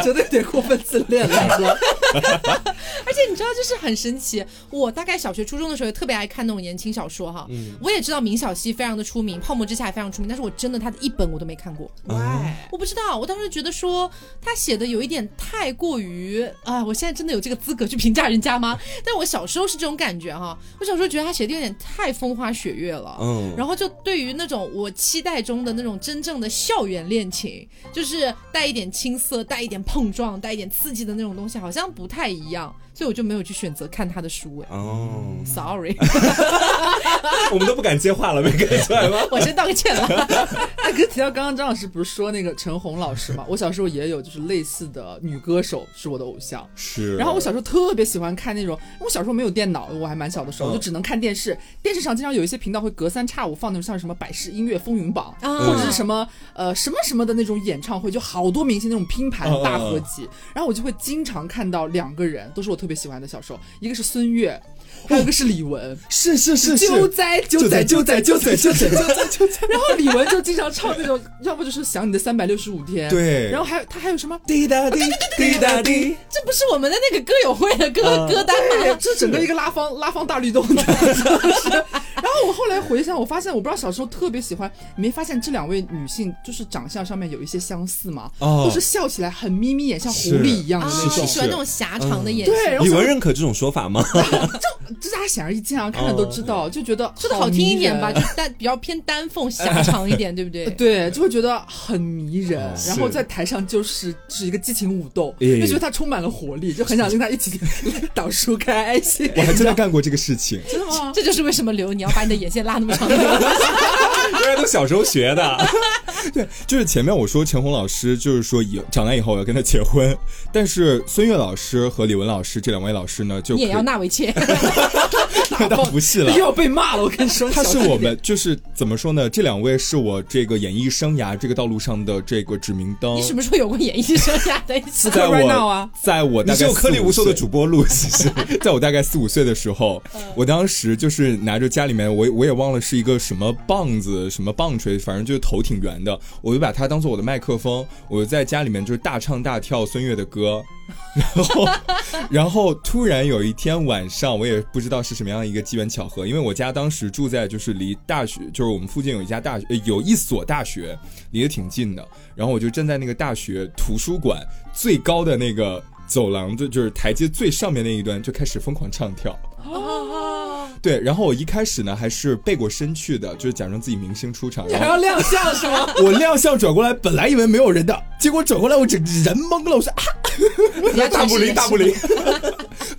S3: 觉得有点过分自恋了，你知道吗？
S1: 而且你知道，就是很神奇。我大概小学、初中的时候也特别爱看那种言情小说哈。
S2: 嗯
S1: 我也知道明晓溪非常的出名，《泡沫之夏》也非常出名，但是我真的他的一本我都没看过。
S2: Why？
S1: 我不知道，我当时觉得说他写的有一点太过于啊，我现在真的有这个资格去评价人家吗？但我小时候是这种感觉哈，我小时候觉得他写的有点太风花雪月了。
S2: 嗯，
S1: 然后就对于那种我期待中的那种真正的校园恋情，就是带一点青涩、带一点碰撞、带一点刺激的那种东西，好像不太一样，所以我就没有去选择看他的书。哎
S2: 哦，
S1: ，sorry，
S2: 我们都不敢接话了，没看出来吗？
S1: 我先道个歉了。
S3: 哎，可提到刚刚张老师不是说那个陈红老师嘛，我小时候也有就是类似的女歌手是我的偶像。
S4: 是。
S3: 然后我小时候特别喜欢看那种，我小时候没有电脑，我还蛮小的时候，
S4: 嗯
S3: 就只能看电视。电视上经常有一些频道会隔三差五放那种像什么百事音乐风云榜，
S1: 啊
S3: 或
S4: 嗯
S3: 者是什么呃什么什么的那种演唱会，就好多明星那种拼
S4: 嗯
S3: 盘大合集。然后我就会经常看到两个人，都是我特别喜欢的小时候，一个是孙悦，还有一个是李玟。
S4: 是是是
S3: 救
S4: 是，
S3: 灾救灾
S4: 就在就在就在就在就在，
S3: 然后李玟就经常唱那种，要不就是想你的三百六十五天，
S4: 对
S3: 然后还有他还有什么？
S4: 滴答滴滴答滴，
S1: 这不是我们的那个歌友会的
S3: 呃
S1: 歌、歌
S4: 哎
S1: 单吗？
S3: 对，哎这整个一个拉方拉方大律动的， 就是。然后我后来回想，我发现我不知道小时候特别喜欢，你没发现这两位女性就是长相上面有一些相似吗？
S2: 哦
S3: 都是笑起来很眯眯眼，像狐
S4: 是
S3: 狸一样的
S1: 啊，
S3: 那
S1: 你
S3: 种。嗯
S1: 喜欢那种狭长的眼睛。
S3: 对，然后
S2: 李
S3: 想
S2: 玟认可这种说法 吗？
S3: 这大家显而易见啊，看了都知道，
S4: 哦
S3: 就觉得
S1: 说的好听一点吧，
S3: 迷
S1: 就
S3: 人。呃
S1: 单比较偏单缝狭长一点，对不对？
S4: 哎
S3: 对，就会觉得很迷人，然后
S4: 是
S3: 在台上就是是一个激情舞动，
S4: 耶
S3: 就觉得她充满了活力，就很想跟她一起 导书开爱心。
S4: 我还真的干过这个事情。
S3: 真的吗？
S1: 这就是为什么刘你要把你的眼线拉那么 长的原因。
S2: 大家都小时候学的。
S4: 就是前面我说陈红老师，就是说以长大以后我要跟他结婚，但是孙悦老师和李玟老师这两位老师呢，就
S1: 你
S4: 可以
S1: 也要 纳为妾。
S3: 哦
S4: 倒不是了
S3: 又。哎要被骂了，我跟你说，
S4: 他是
S3: 小心
S4: 我
S3: 点
S4: 们就是怎么说呢？这两位是我这个演艺生涯这个道路上的这个指明灯
S1: 你。什么时候有过演艺生涯的一次？
S4: 在
S3: right now
S4: 我
S3: 啊，
S4: 在我
S2: 你
S4: 大
S2: 是
S4: 概
S2: 有颗粒
S4: 四五
S2: 无收的
S4: 岁
S2: 主播路，其实
S4: 在我大概四五岁的时候，
S3: 嗯
S4: 我当时就是拿着家里面我我也忘了是一个什么棒子什么棒槌，反正就是头挺圆的，我就把它当做我的麦克风，我就在家里面就是大唱大跳孙悦的歌，然 后然后突然有一天晚上，我也不知道是什么样一个机缘巧合，因为我家当时住在就是离大学就是我们附近有一家大学呃有一所大学离得挺近的，然后我就站在那个大学图书馆最高的那个。走廊就就是台阶最上面那一端就开始疯狂唱跳，
S3: 哦
S4: 对，然后我一开始呢还是背过身去的，就是假装自己明星出场，
S3: 你
S4: 然
S3: 还
S4: 后
S3: 要亮相是吗？
S4: 我亮相转过来，本来以为没有人的，结果转过来我整人懵了，我说啊，
S2: 大不灵，大不灵。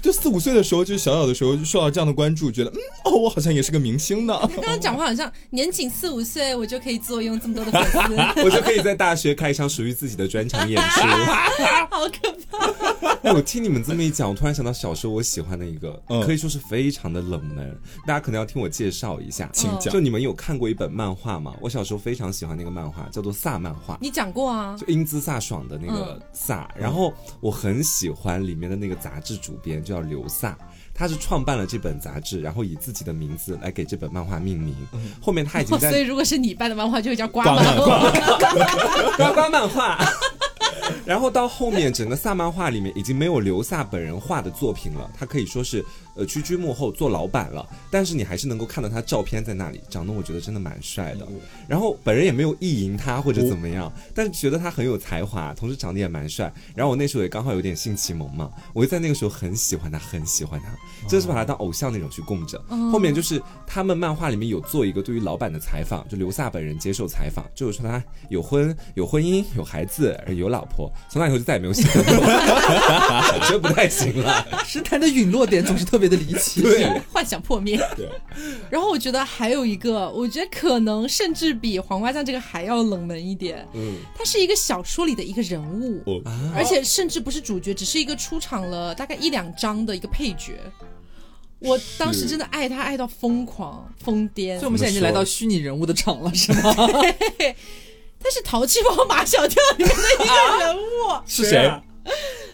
S4: 就四五岁的时候，就是小小的时候就受到这样的关注，觉得嗯哦，我好像也是个明星呢。
S1: 刚刚讲话好像年仅四五岁，我就可以坐拥这么多的粉 丝，
S2: 我就可以在大学开一场属于自己的专场演出。
S1: 好可怕！
S2: 哎，我听你们这么一讲，我突然想到小时候我喜欢的一个，
S4: 嗯
S2: 可以说是非常的冷门，大家可能要听我介绍一下。
S4: 请讲
S2: 就你们有看过一本漫画吗？我小时候非常喜欢那个漫画，叫做《萨漫画》。
S1: 你讲过啊，
S2: 就英姿飒爽的那个飒，然后我很喜欢里面的那个杂志主编，就叫刘飒。他是创办了这本杂志，然后以自己的名字来给这本漫画命名。后面他 已经
S1: 所以
S2: 在
S1: 如果是你办的漫画，就会叫瓜
S4: 瓜
S1: 漫
S4: 漫
S1: 画。
S2: 呱呱漫画， 然后到后面整个萨漫画里面已经没有刘萨本人画的作品了，他可以说是呃屈居幕后做老板了，但是你还是能够看到他照片在那里，长得我觉得真的蛮帅的。然后本人也没有意淫他或者怎么样，但是觉得他很有才华，同时长得也蛮帅。然后我那时候也刚好有点性启蒙嘛，我就在那个时候很喜欢他，很喜欢他，真是把他当偶像那种去供着。后面就是他们漫画里面有做一个对于老板的采访，就刘萨本人接受采访，就是说他有婚有婚姻有孩子有老婆，从那以后就再也没有写 过，真不太行了。
S3: 神坛的陨落点总是特别的离 奇。
S2: 对，
S1: 幻想破灭。
S4: 对，
S1: 然后我觉得还有一个，我觉得可能甚至比黄瓜酱这个还要冷门一点。
S2: 嗯，啊
S1: 他是一个小说里的一个人物，
S3: 哦
S4: 我
S1: 而且甚至不是主角，只是一个出场了大概一两章的一个配角。我当时真的爱他爱到疯狂疯癫
S3: 所以，我们现在已经来到虚拟人物的场了，是吗？
S1: 他是《淘气包马小跳》里面的一个人物，
S4: 是谁？
S3: 啊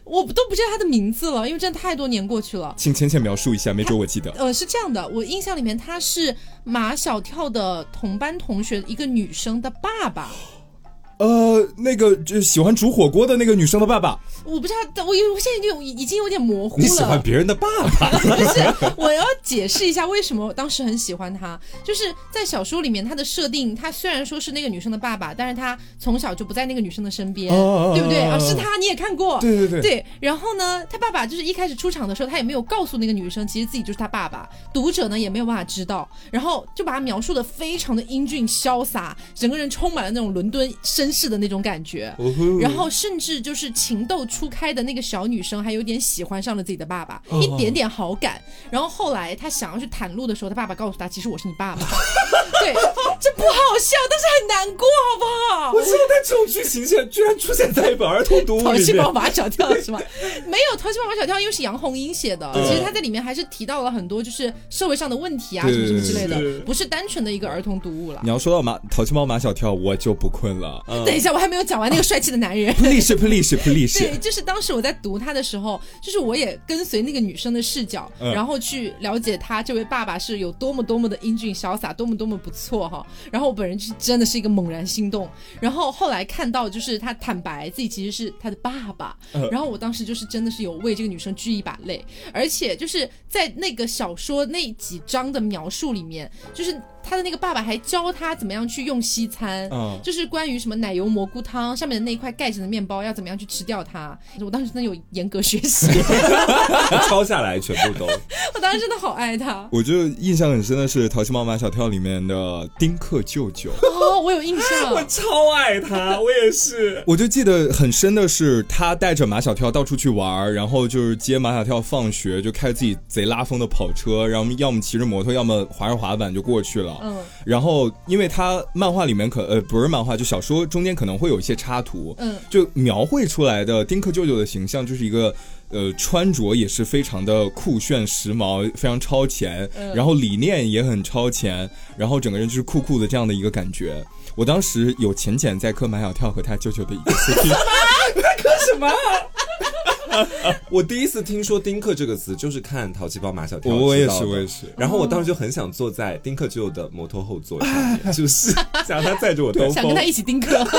S1: 我都不知道他的名字了，因为真的太多年过去了。
S4: 请浅浅描述一下，没准我记得。
S1: 呃，是这样的，我印象里面他是马小跳的同班同学一个女生的爸爸，
S4: 呃，那个就喜欢煮火锅的那个女生的爸爸，
S1: 我不知道，我有我现在已经有已经有点模糊
S2: 你喜欢
S1: 了。
S2: 别人的爸爸？
S1: 不是，我要解释一下为什么我当时很喜欢他，就是在小说里面他的设定，他虽然说是那个女生的爸爸，但是他从小就不在那个女生的身边，
S4: 哦
S1: 对不对？
S4: 哦哦
S1: 啊，是他，你也看过，
S4: 对对对
S1: 对，然后呢，他爸爸就是一开始出场的时候，他也没有告诉那个女生，其实自己就是他爸爸。读者呢也没有办法知道，然后就把他描述的非常的英俊潇洒，整个人充满了那种伦敦绅士的那种感觉。
S2: 哦
S1: 然后甚至就是情窦初开的那个小女生，还有点喜欢上了自己的爸爸，一点点好感。然后后来他想要去袒露的时候，他爸爸告诉他，其实我是你爸爸。对，这不好笑，但是很难过，好不好？
S2: 我现在这种剧情现在居然出现在一本儿童
S4: 哦
S2: 读 物
S1: 淘
S2: 里
S1: 气
S2: 面
S1: 包。马小跳是吗？ 没有，淘气包马小跳因为是杨红樱写的，其实他在里面还是提到了很多就是社会上的问题啊，
S4: 对
S1: 什么什么之类
S4: 是
S1: 的，不是单纯的一个儿童读物了
S4: 你。要说到马淘气包马小跳，我就不困 了。呃
S1: 等一下，我还没有讲完那个帅气的男人。
S4: Please please
S1: 对，
S4: please，
S1: 就是当时我在读他的时候，就是我也跟随那个女生的视角，
S4: 嗯
S1: 然后去了解他这位爸爸是有多么多么的英俊潇洒，多么多么不错哈。然后我本人就是真的是一个猛然心动，然后后来看到就是他坦白自己其实是他的爸爸，
S4: 嗯
S1: 然后我当时就是真的是有为这个女生掬一把泪，而且就是在那个小说那几章的描述里面，就是他的那个爸爸还教他怎么样去用西餐，
S4: 嗯
S1: 就是关于什么奶油蘑菇汤上面的那一块盖着的面包要怎么样去吃掉它。我当时真的有严格学 习，
S2: 抄下来全部都。
S1: 我当时真的好爱他。
S4: 我就印象很深的是《淘气包马小跳》里面的丁克舅舅。
S1: 哦，我有印象，
S2: 我超爱 他，我也是。
S4: 我就记得很深的是，他带着马小跳到处去玩儿，然后就是接马小跳放学，就开着自己贼拉风的跑车，然后要么骑着摩托，要么滑着滑板就过去了。
S1: 嗯
S4: 然后，因为他漫画里面可呃不是漫画，就小说中间可能会有一些插图，
S1: 嗯，
S4: 就描绘出来的丁克舅舅的形象就是一个。呃，穿着也是非常的酷炫、时髦，非常超前，然后理念也很超前，然后整个人就是酷酷的这样的一个感觉。我当时有浅浅在磕马小跳和他舅舅的一个 CP，
S2: 我第一次听说“丁克”这个词，就是看《淘气包马小跳》
S4: 我
S2: 知
S4: 也
S2: 道
S4: 是
S2: 的
S4: 我也是
S2: 然后我当时就很想坐在丁克舅的摩托后座上
S4: 嗯
S2: 面，就是想让他载着我兜
S1: 想跟
S2: 风
S1: 他。一起丁克。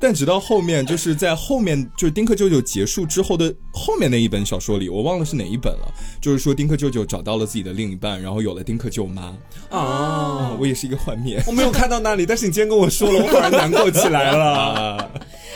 S4: 但直到后面就是在后面就是丁克舅舅结束之后的后面那一本小说里，我忘了是哪一本了，就是说丁克舅舅找到了自己的另一半，然后有了丁克舅妈。
S2: 哦，
S4: 啊，我也是一个幻灭。
S2: 我没有看到那里，但是你今天跟我说了，我反而难过起来了。。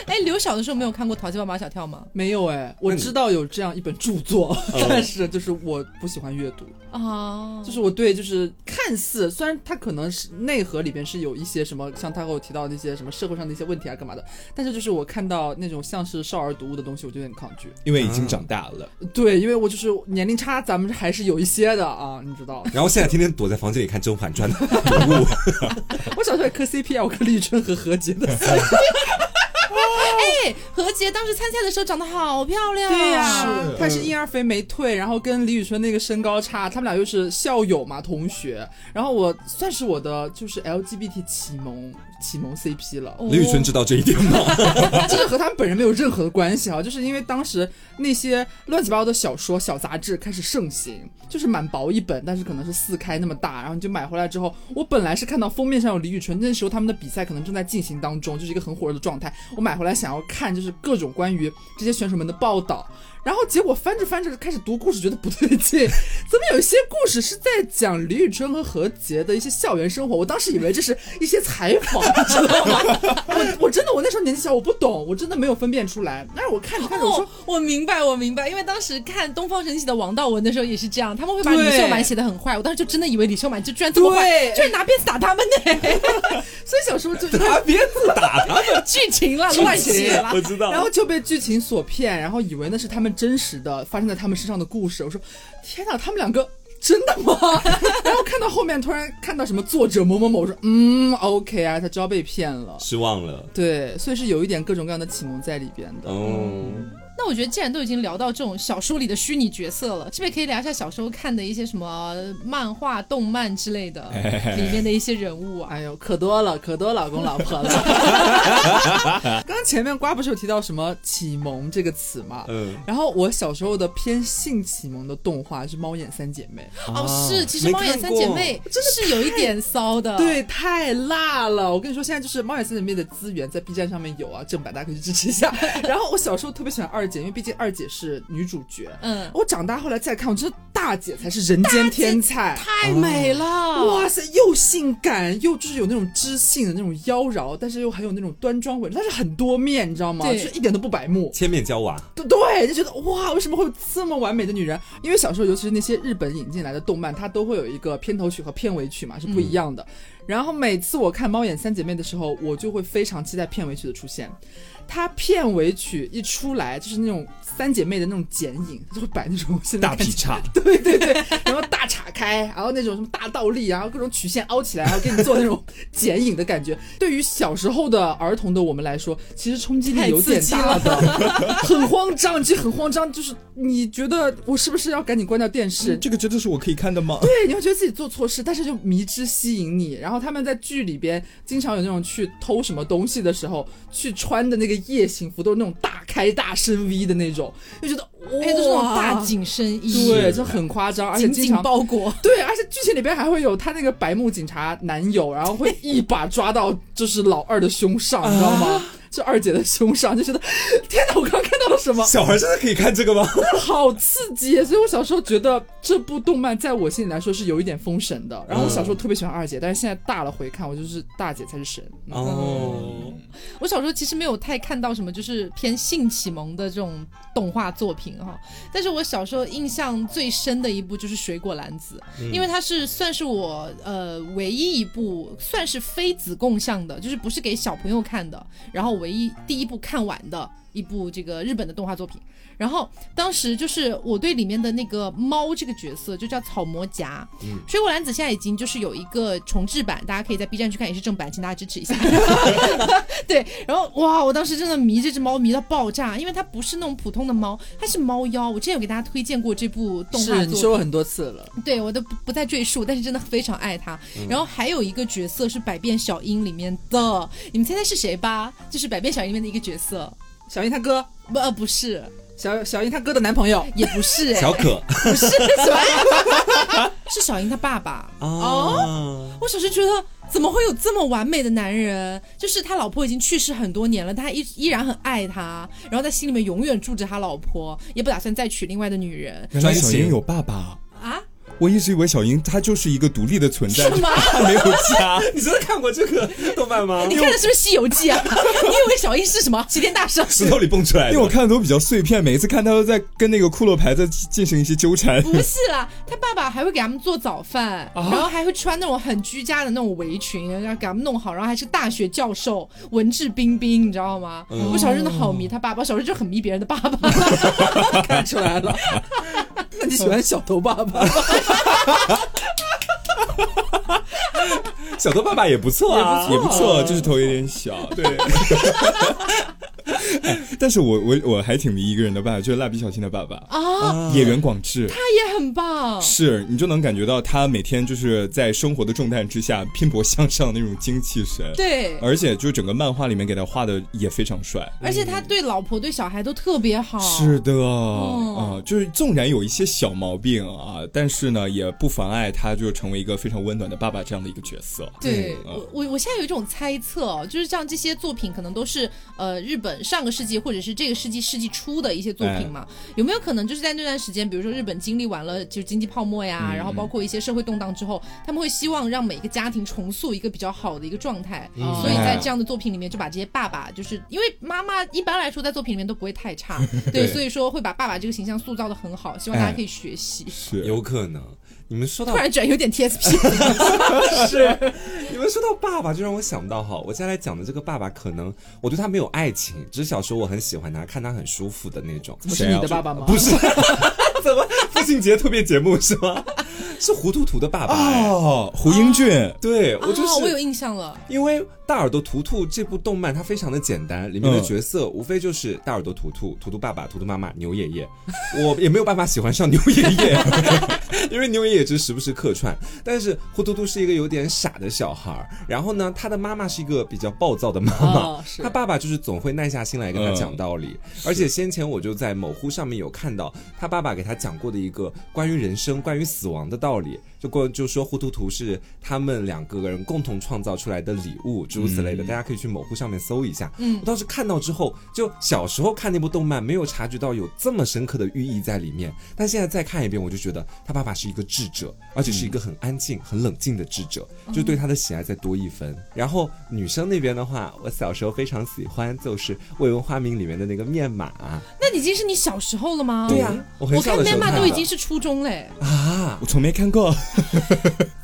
S1: 哎，刘晓的时候没有看过《淘气包马小跳》吗？
S3: 没有哎，我知道有这样一本著作，
S4: 哦
S3: 但是就是我不喜欢阅读，
S1: 啊，
S3: 就是我对就是看似虽然它可能是内核里边是有一些什么，像他给我提到那些什么社会上的一些问题啊干嘛的，但是就是我看到那种像是少儿读物的东西，我就有点抗拒。
S4: 因为已经长大了，
S3: 对，因为我就是年龄差，咱们还是有一些的啊，你知道
S2: 然后现在天天躲在房间里看《甄嬛传》，
S3: 我小时候也磕 CP 啊，我磕立春和何洁的 CP。
S1: 哎，何洁当时参赛的时候长得好漂亮，
S3: 对 呀、
S4: 是
S3: 她是嗯婴儿肥没退，然后跟李宇春那个身高差，他们俩又是校友嘛，同学。然后我算是我的就是 LGBT 启蒙启蒙 CP 了，
S1: 哦
S2: 李宇春知道这一点吗？
S3: 这个和他们本人没有任何的关系啊，就是因为当时那些乱七八糟的小说、小杂志开始盛行，就是蛮薄一本，但是可能是四开那么大，然后你就买回来之后，我本来是看到封面上有李宇春，那时候他们的比赛可能正在进行当中，就是一个很火热的状态，我买回来。回来想要看，就是各种关于这些选手们的报道。然后结果翻着翻着开始读故事，觉得不对劲，怎么有一些故事是在讲李宇春和何洁的一些校园生活？我当时以为这是一些采访，你知道吗？我我真的我那时候年纪小，我不懂，我真的没有分辨出来。但是我看着看着，我说、
S1: 哦，我明白，我明白，因为当时看《东方神起》的王道文的时候也是这样，他们会把
S3: 对
S1: 李秀满写的很坏，我当时就真的以为李秀满就居然这么坏，
S3: 对
S1: 居然拿鞭子打他们呢，
S3: 所以小时候就
S2: 拿鞭子打他们，
S1: 剧情了，乱写了。
S2: 我知道。
S3: 然后就被剧情所骗，然后以为那是他们真实的发生在他们身上的故事。我说，天哪，他们两个真的吗？ 然后看到后面突然看到什么作者某某某，我说，嗯，OK 啊，他知道被骗了。
S2: 失望了。
S3: 对，所以是有一点各种各样的启蒙在里边的。
S2: 哦，
S1: 那我觉得既然都已经聊到这种小说里的虚拟角色了，是不是也可以聊一下小时候看的一些什么漫画、动漫之类的， 里面的一些人物啊？
S3: 哎呦，可多了，可多老公老婆了。 刚刚前面瓜不是有提到什么启蒙这个词吗？
S2: 嗯，
S3: 然后我小时候的偏性启蒙的动画是《猫眼三姐妹》，
S1: 哦，是，其实
S2: 没
S1: 猫眼
S2: 看
S1: 三姐
S2: 过
S1: 妹是有一点骚的，
S3: 对，太辣了！我跟你说，现在就是《猫眼三姐妹》的资源在 B 站上面有啊，正版大家可以去支持 一下。然后我小时候特别喜欢二姐，因为毕竟二姐是女主角。
S1: 嗯，
S3: 我长大后来再看，我觉得大姐才是人间天才。
S1: 太美了，
S3: 哇塞，又性感又就是有那种知性的那种妖娆，但是又很有那种端庄稳，但是很多面，你知道吗？就
S1: 对
S3: 是一点都不白目。
S2: 千面娇娃，
S3: 对对，就觉得哇，为什么会有这么完美的女人？因为小时候，尤其是那些日本引进来的动漫，它都会有一个片头曲和片尾曲嘛，是不一样的。然后每次我看《猫眼三姐妹》的时候，我就会非常期待片尾曲的出现。它片尾曲一出来，就是那种三姐妹的那种剪影，它就会摆那种现在
S4: 大
S3: 看
S4: 劈
S3: 起
S4: 叉，
S3: 对对对，然后大岔开，然后那种什么大倒立，然后各种曲线凹起来，然后给你做那种剪影的感觉。对于小时候的儿童的我们来说，其实冲击力有点大的，很慌张，你就很慌张，就是你觉得我是不是要赶紧关掉电视？
S4: 这个真的是我可以看的吗？
S3: 对，你会觉得自己做错事，但是就迷之吸引你。然后他们在剧里边经常有那种去偷什么东西的时候，去穿的那个夜行服都是那种大开大深 V 的那种，就觉得哇，
S1: 哎，都是那种大紧身衣，
S3: 对，就很夸张，而且
S1: 紧
S3: 经
S1: 紧
S3: 常
S1: 包裹，
S3: 对，而且剧情里边还会有她那个白目警察男友，然后会一把抓到就是老二的胸上，你知道吗？ 是二姐的胸上，就觉得天哪，我刚看到了什么，
S2: 小孩真的可以看这个吗？
S3: 好刺激！所以我小时候觉得这部动漫在我心里来说是有一点封神的。然后我小时候特别喜欢二姐，但是现在大了回看，我就是大姐才是神。嗯
S2: 哦，
S1: 我小时候其实没有太看到什么就是偏性启蒙的这种动画作品哈，但是我小时候印象最深的一部就是《水果篮子》，
S2: 嗯
S1: 因为它是算是我呃唯一一部算是非子供向的，就是不是给小朋友看的，然后唯一第一部看完的一部这个日本的动画作品。然后当时就是我对里面的那个猫这个角色，就叫草魔夹。水果篮子现在已经就是有一个重制版，大家可以在 B 站去看，也是正版，请大家支持一下。 对，然后哇，我当时真的迷这只猫迷到爆炸，因为它不是那种普通的猫，它是猫妖。我之前有给大家推荐过这部动画
S3: 是你
S1: 作品，
S3: 说过很多次了，
S1: 对我都不不再赘述，但是真的非常爱它。然后还有一个角色是《百变小樱》里面的，你们猜猜是谁吧？就是《百变小樱》里面的一个角色，
S3: 小英她哥，
S1: 不呃不是，
S3: 小小英她哥的男朋 友，
S1: 也不是、哎
S2: 小可
S1: 不是什么， 是小樱她爸爸。
S2: 哦，
S1: 我小时候觉得，怎么会有这么完美的男人？就是他老婆已经去世很多年了，但他依依然很爱他，然后在心里面永远住着他老婆，也不打算再娶另外的女人
S4: 原来小英有爸爸，
S1: 啊？
S4: 我一直以为小英她就是一个独立的存在，
S1: 是吗
S4: 她没有家。
S2: 啊你真的看过这个动漫 吗
S1: 你看的是不是《西游记》啊？ 你以为小樱是什么齐天大圣？
S2: 石头里蹦出来
S4: 因
S2: 的
S4: 为我看的都比较碎片，每一次看她都在跟那个骷髅牌在进行一些纠 缠。
S1: 不是啦，他爸爸还会给他们做早饭，然后还会穿那种很居家的那种围裙，然后给他们弄好，然后还是大学教授，文质彬彬，你知道吗？我小时候真的好迷他爸爸，我小时候就很迷别人的爸爸。
S3: 看出来了。 那你喜欢小头爸爸？
S2: 小头爸爸也不错啊，啊
S4: 哦 也不错，就是头有点小。对，哎但是我我我还挺迷一个人的爸爸，就是蜡笔小新的爸爸，
S1: 啊，
S4: 演员广 志。
S1: 他也很棒。
S4: 是你就能感觉到他每天就是在生活的重担之下拼搏向上的那种精气神。
S1: 对，
S4: 而且就是整个漫画里面给他画的也非常帅。
S1: 而且他对老婆对小孩都特别好。
S4: 是的，
S1: 哦
S4: 啊，就是纵然有一些小毛病啊，但是呢，也不妨碍他就成为一个非常温暖的爸爸这样的一个角色。
S1: 对
S4: 嗯
S2: 啊
S1: 我，我我现在有一种猜测哦，就是像这些作品可能都是呃日本上个世纪或者是这个世纪世纪初的一些作
S2: 哎
S1: 品嘛，有没有可能就是在那段时间，比如说日本经历完了就是经济泡沫呀，
S2: 嗯
S1: 然后包括一些社会动荡之后，他们会希望让每个家庭重塑一个比较好的一个状态，
S2: 嗯
S1: 所以
S2: 哎
S1: 在这样的作品里面就把这些爸爸，就是因为妈妈一般来说在作品里面都不会太 差，对，
S4: 对
S1: 所以说会把爸爸这个形象塑造的很好，希望大
S2: 哎
S1: 家可以学习。
S4: 是
S2: 有可能。你们说到
S1: 突然转有点 TSP，啊
S2: 是，你们说到爸爸，就让我想到哈，我接下来讲的这个爸爸，可能我对他没有爱情，只是小时候我很喜欢他，看他很舒服的那种。
S3: 啊不是你的爸爸吗？
S2: 不是，怎么父亲节特别节目是吗？是糊涂图的爸爸、哎
S4: 哦，胡英俊。
S2: 对我就
S1: 哦，我
S2: 是
S1: 有印象了。
S2: 因为《大耳朵图图》这部动漫，它非常的简单，里面的
S4: 嗯
S2: 角色无非就是大耳朵图图、图图爸爸、图图妈妈、牛爷爷。我也没有办法喜欢上牛爷爷， 因为牛爷爷只是时不时客串。但是胡图图是一个有点傻的小孩儿，然后呢，他的妈妈是一个比较暴躁的妈妈。
S3: 哦是
S2: 他爸爸就是总会耐下心来跟他讲道理，而且先前我就在某乎上面有看到他爸爸给他讲过的一个关于人生、关于死亡的道理，就过就说糊涂图是他们两个人共同创造出来的礼物，诸如此类的，大家可以去某乎上面搜一下。嗯，我当时看到之后，就小时候看那部动漫没有察觉到有这么深刻的寓意在里面，但现在再看一遍，我就觉得他爸爸是一个智者，而且是一个很安静、很冷静的智者，就对他的喜爱再多一分。然后女生那边的话，我小时候非常喜欢就是《未闻花名》里面的那个面马、啊
S1: 那已经是你小时候了吗？
S2: 对呀、啊我很
S1: 我
S2: 小
S1: 看
S2: 的时
S1: m
S2: 候
S1: a
S2: 看
S1: m 都
S2: 的
S1: 已经是初中嘞，
S2: 啊。
S4: 我从没看过，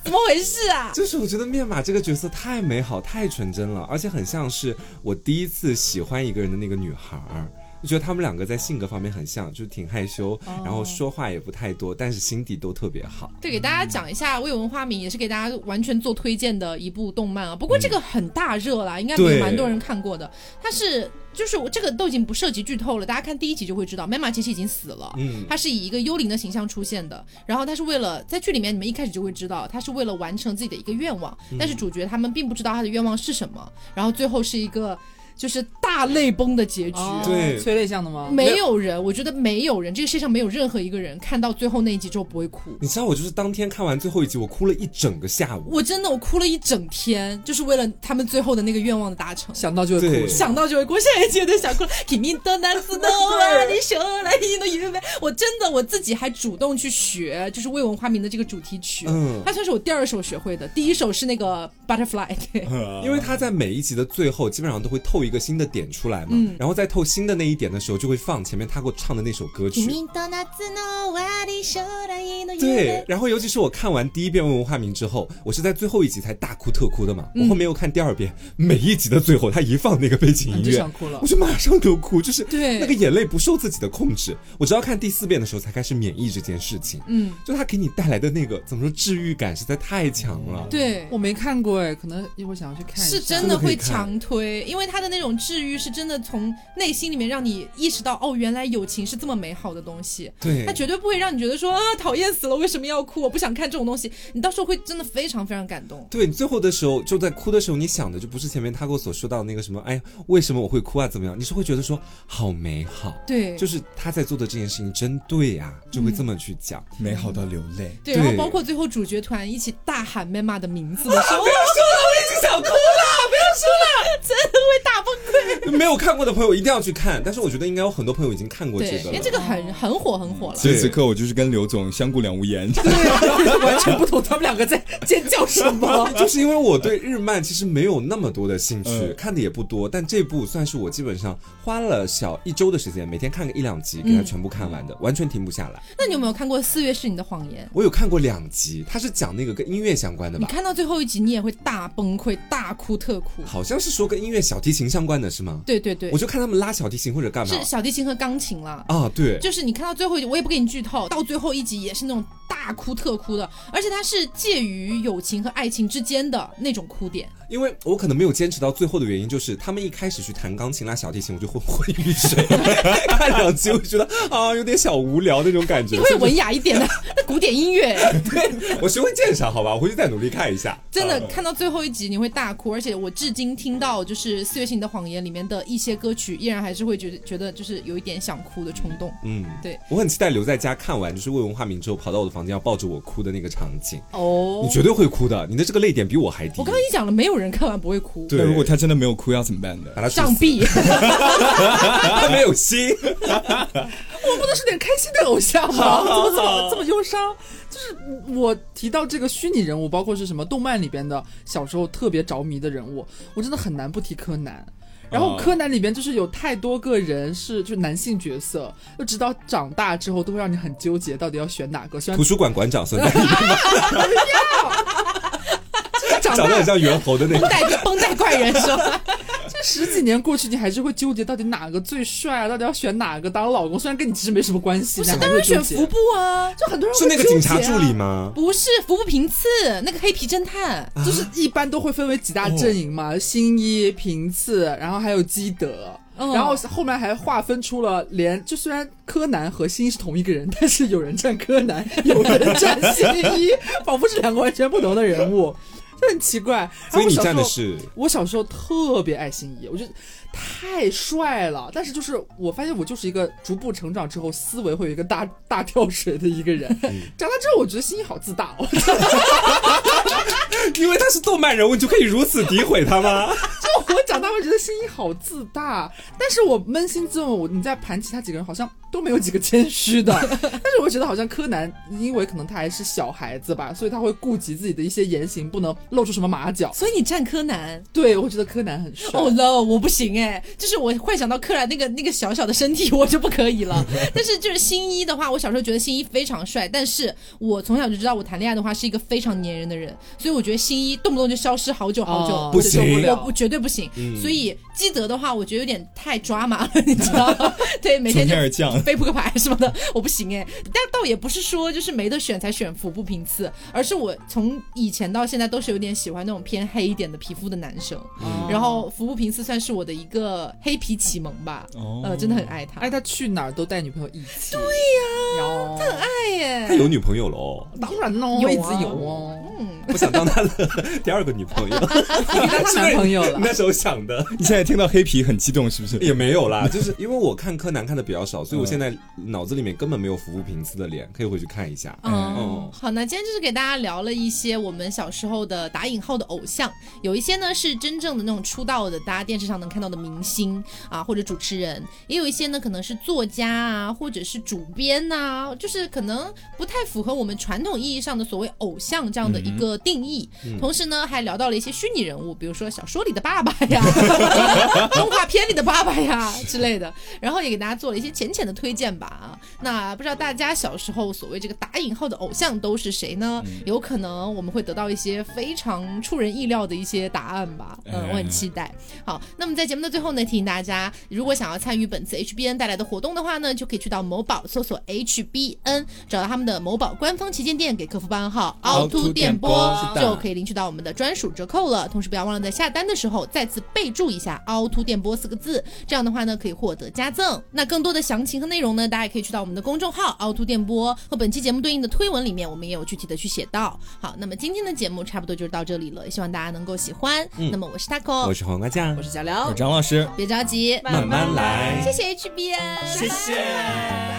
S1: 怎么回事啊？
S2: 就是我觉得面马这个角色太美好、太纯真了，而且很像是我第一次喜欢一个人的那个女孩儿。就觉得他们两个在性格方面很像，就挺害羞，然后说话也不太多，但是心地都特别好。
S1: 对，给大家讲一下《未闻花名》，也是给大家完全做推荐的一部动漫啊。不过这个很大热啦，应该有
S2: 对
S1: 蛮多人看过的。它是就是我这个都已经不涉及剧透了，大家看第一集就会知道 m a m a 其实已经死了。
S2: 嗯，
S1: 他是以一个幽灵的形象出现的，然后他是为了在剧里面，你们一开始就会知道，他是为了完成自己的一个愿望，
S2: 嗯
S1: 但是主角他们并不知道他的愿望是什么，然后最后是一个就是大泪崩的结局。
S3: 哦
S2: 对
S3: 催泪像的吗？
S1: 没有人，我觉得没有人，这个世界上没有任何一个人看到最后那一集之后不会哭。
S2: 你知道我就是当天看完最后一集，我哭了一整个下午。
S1: 我真的我哭了一整天，就是为了他们最后的那个愿望的达成。
S3: 想到就会
S2: 对
S3: 哭。
S1: 想到就会哭，我现在也觉得想哭了。君と夏の終わり将来の夢我真的我自己还主动去学，就是《未闻花名》的这个主题曲，
S2: 嗯
S1: 它算是我第二首学会的，第一首是那个 Butterfly，对，
S2: 因为他在每一集的最后，基本上都会透一个新的点出来嘛，
S1: 嗯
S2: 然后在透新的那一点的时候，就会放前面他给我唱的那首歌曲。
S1: 嗯
S5: 君と夏の終わり将来の
S2: 对
S5: 夢，
S2: 然后尤其是我看完第一遍《问文化名》之后，我是在最后一集才大哭特哭的嘛。
S1: 嗯
S2: 我后面又看第二遍，每一集的最后，他一放那个背景
S3: 你
S2: 音
S3: 就
S2: 乐
S3: 想，哭了
S2: 我，就马上就哭，就是
S1: 对
S2: 那个眼泪不受自己的控制。我直到看第四遍的时候才开始免疫这件事情。
S1: 嗯，
S2: 就他给你带来的那个怎么说治愈感实在太强了。
S1: 对。
S3: 我没看过哎，可能一会儿想要去看一下。
S1: 是真
S2: 真
S1: 的
S2: 的可
S1: 会
S2: 以看
S1: 强推，因为它的那种治愈是真的从内心里面让你意识到，哦，原来友情是这么美好的东西。
S2: 对
S1: 它，绝对不会让你觉得说啊讨厌死了，为什么要哭？我不想看这种东西。你到时候会真的非常非常感动。
S2: 对你最后的时候，就在哭的时候，你想的就不是前面他给我所说到的那个什么，哎呀，为什么我会哭啊？怎么样？你是会觉得说好美好，
S1: 对，嗯
S2: 就是他在做的这件事情真对呀、就会这么去讲。
S4: 美好到流 泪。
S1: 对，然后
S2: 对
S1: 包括最后主角团一起大喊 m 妈的名字的 时候，
S2: 没有看过的朋友一定要去看，但是我觉得应该有很多朋友已经看过这
S1: 对，
S2: 个
S1: 因
S2: 了。
S1: 为。这个很很火很火了。
S4: 此时此刻，我就是跟刘总相顾两无 言。
S3: 完全不懂他们两个在尖叫什么
S2: 就是因为我对日漫其实没有那么多的兴趣，
S4: 嗯
S2: 看的也不多，但这部算是我基本上花了小一周的时间，每天看个一两集，
S1: 嗯
S2: 给它全部看完的，完全停不下来。
S1: 那你有没有看过《四月是你的谎言》？
S2: 我有看过两集，它是讲那个跟音乐相关的
S1: 你
S2: 吧？
S1: 看到最后一集，你也会大崩溃、大哭特哭。
S2: 好像是说跟音乐小提琴相关的是吗？
S1: 对对对
S2: 我，就看他们拉小提琴或者干嘛
S1: 是小提琴和钢琴啦。
S2: 啊？对，
S1: 就是你看到最后一集，我也不给你剧透，到最后一集也是那种大哭特哭的，而且它是介于友情和爱情之间的那种哭点。
S2: 因为我可能没有坚持到最后的原因，就是他们一开始去弹钢琴、拉小提琴，我就昏昏 欲睡，看两集我就觉得啊有点小无聊那种感 觉。
S1: 你会文雅一点的，那 古典音 乐
S2: 我学会鉴赏，好吧，我回去再努力看一下。
S1: 真的看到最后一集你会大哭，而且我至今听到就是《四月性的谎言》里面的一些歌曲，依然还是会觉得觉得就是有一点想哭的冲动。
S2: 嗯，
S1: 对，
S2: 我很期待留在家看完，就是魏文化名之后跑到我的房间要抱着我哭的那个场景，
S1: 哦
S2: 你绝对会哭的，你的这个泪点比我还低。
S1: 我刚刚已讲了，没有人看完不会哭，
S2: 对
S4: 那如果他真的没有哭，要怎么办呢？
S2: 把他
S1: 上臂。
S2: 他啊没有心，
S3: 我不能是点开心的偶像 吗？怎么怎么这么忧伤？就是我提到这个虚拟人物，包括是什么动漫里边的小时候特别着迷的人物，我真的很难不提柯南。然后
S4: 哦
S3: 柯南里边就是有太多个人是就男性角色，就直到长大之后都会让你很纠结，到底要选哪个？虽然
S2: 图书馆馆 长孙大爷
S3: 长
S2: 长得
S3: 大
S2: 很像猿猴的那
S1: 绷
S2: 个。
S1: 带绷带怪人是 吧？
S3: 十几年过去，你还是会纠结到底哪个最帅啊，到底要选哪个当老公？虽然跟你其实没什么关系，
S1: 不是，
S3: 但
S1: 当
S3: 还
S1: 然
S3: 是会
S1: 选
S3: 纠结
S1: 服部啊，
S3: 就很多人
S2: 是
S3: 会
S2: 那个
S3: 纠
S2: 警察
S3: 结啊
S2: 助理吗？
S1: 不是服部平次那个黑皮侦探，
S3: 就是一般都会分为几大阵营嘛，新一、平次，然后还有基德。
S1: 嗯
S3: 然后后面还划分出了连，就虽然柯南和新一是同一个人，但是有人站柯南，有人站新 一，仿佛是两个完全不同的人物，就很奇怪。
S2: 所以你
S3: 然后
S2: 站的
S3: 我小时候
S2: 是
S3: 我小时候特别爱新一，我觉得太帅了。但是就是我发现我就是一个逐步成长之后思维会有一个大大跳水的一个人。长大之后，我觉得新一好自大哦。
S2: 因为他是动漫人物，你就可以如此诋毁他吗？
S3: 就我长大会觉得新一好自大，但是我扪心自问，我你在盘其他几个人好像都没有几个谦虚的，但是我觉得好像柯南，因为可能他还是小孩子吧，所以他会顾及自己的一些言行，不能露出什么马脚。
S1: 所以你站柯南。
S3: 对，我觉得柯南很帅。
S1: 哦、no，我不行哎，就是我幻想到柯南那个那个小小的身体，我就不可以 了。但是就是新一的话，我小时候觉得新一非常帅，但是我从小就知道我谈恋爱的话是一个非常粘人的人，所以我觉得新一动不动就消失好久好久，
S3: 哦
S2: 不
S1: 我受
S2: 行
S1: 了嗯我不绝对不行。所以基德的话，我觉得有点太抓马了，你知道 吗？对，每
S4: 从
S1: 天就
S4: 天而降。
S1: 飞扑克牌什么的，我不行哎。但倒也不是说就是没得选才选服部平次，而是我从以前到现在都是有点喜欢那种偏黑一点的皮肤的男生。
S3: 哦
S1: 然后服部平次算是我的一个黑皮启蒙吧，
S4: 哦
S1: 呃，真的很爱他，
S3: 哎，他去哪儿都带女朋友一起。对呀、然后
S1: 爱耶
S2: 他 有女朋友喽，
S3: 当然喽，
S1: 有啊
S3: 一直有哦，
S2: 我想当他的 第二个女朋友，
S3: 你当他男朋友了
S2: 你。那时候想的
S4: 你现在听到黑皮很激动是不是？
S2: 也没 有啦，就是因为我看柯南看的比较少，所以我现在脑子里面根本没有服部平次的脸，可以回去看一下。
S1: 嗯，好，那今天就是给大家聊了一些我们小时候的打引号的偶像，有一些呢是真正的那种出道的，大家电视上能看到的明星啊，或者主持人，也有一些呢可能是作家啊，或者是主编呐、就是可能不太符合我们传统意义上的所谓偶像这样的一个定义。同时呢，还聊到了一些虚拟人物，比如说小说里的爸爸呀，动画片里的爸爸呀之类的，然后也给大家做了一些浅浅的推荐吧啊。那不知道大家小时候所谓这个打引号的偶像都是谁呢？有可能我们会得到一些非常出人意料的一些答案吧。嗯，我很期待。好，那么在节目的最后呢，提醒大家，如果想要参与本次 HBN 带来的活动的话呢，就可以去到某宝搜索 HBN，找到他们的某宝官方旗舰店，给客服班号凹凸电波
S4: 是，的
S1: 就可以领取到我们的专属折扣了。同时不要忘了在下单的时候再次备注一下“凹凸电波”四个字，这样的话呢可以获得加赠。那更多的详情和内容呢，大家也可以去到我们的公众号“凹凸电波”和本期节目对应的推文里面，我们也有具体的去写到。好，那么今天的节目差不多就是到这里了，也希望大家能够喜欢。那么我是 Taco，
S2: 我是黄瓜酱
S3: 我，是小刘
S4: 张老师，
S1: 别着急，
S2: 慢慢来。
S1: 谢谢 HBN，谢谢。拜拜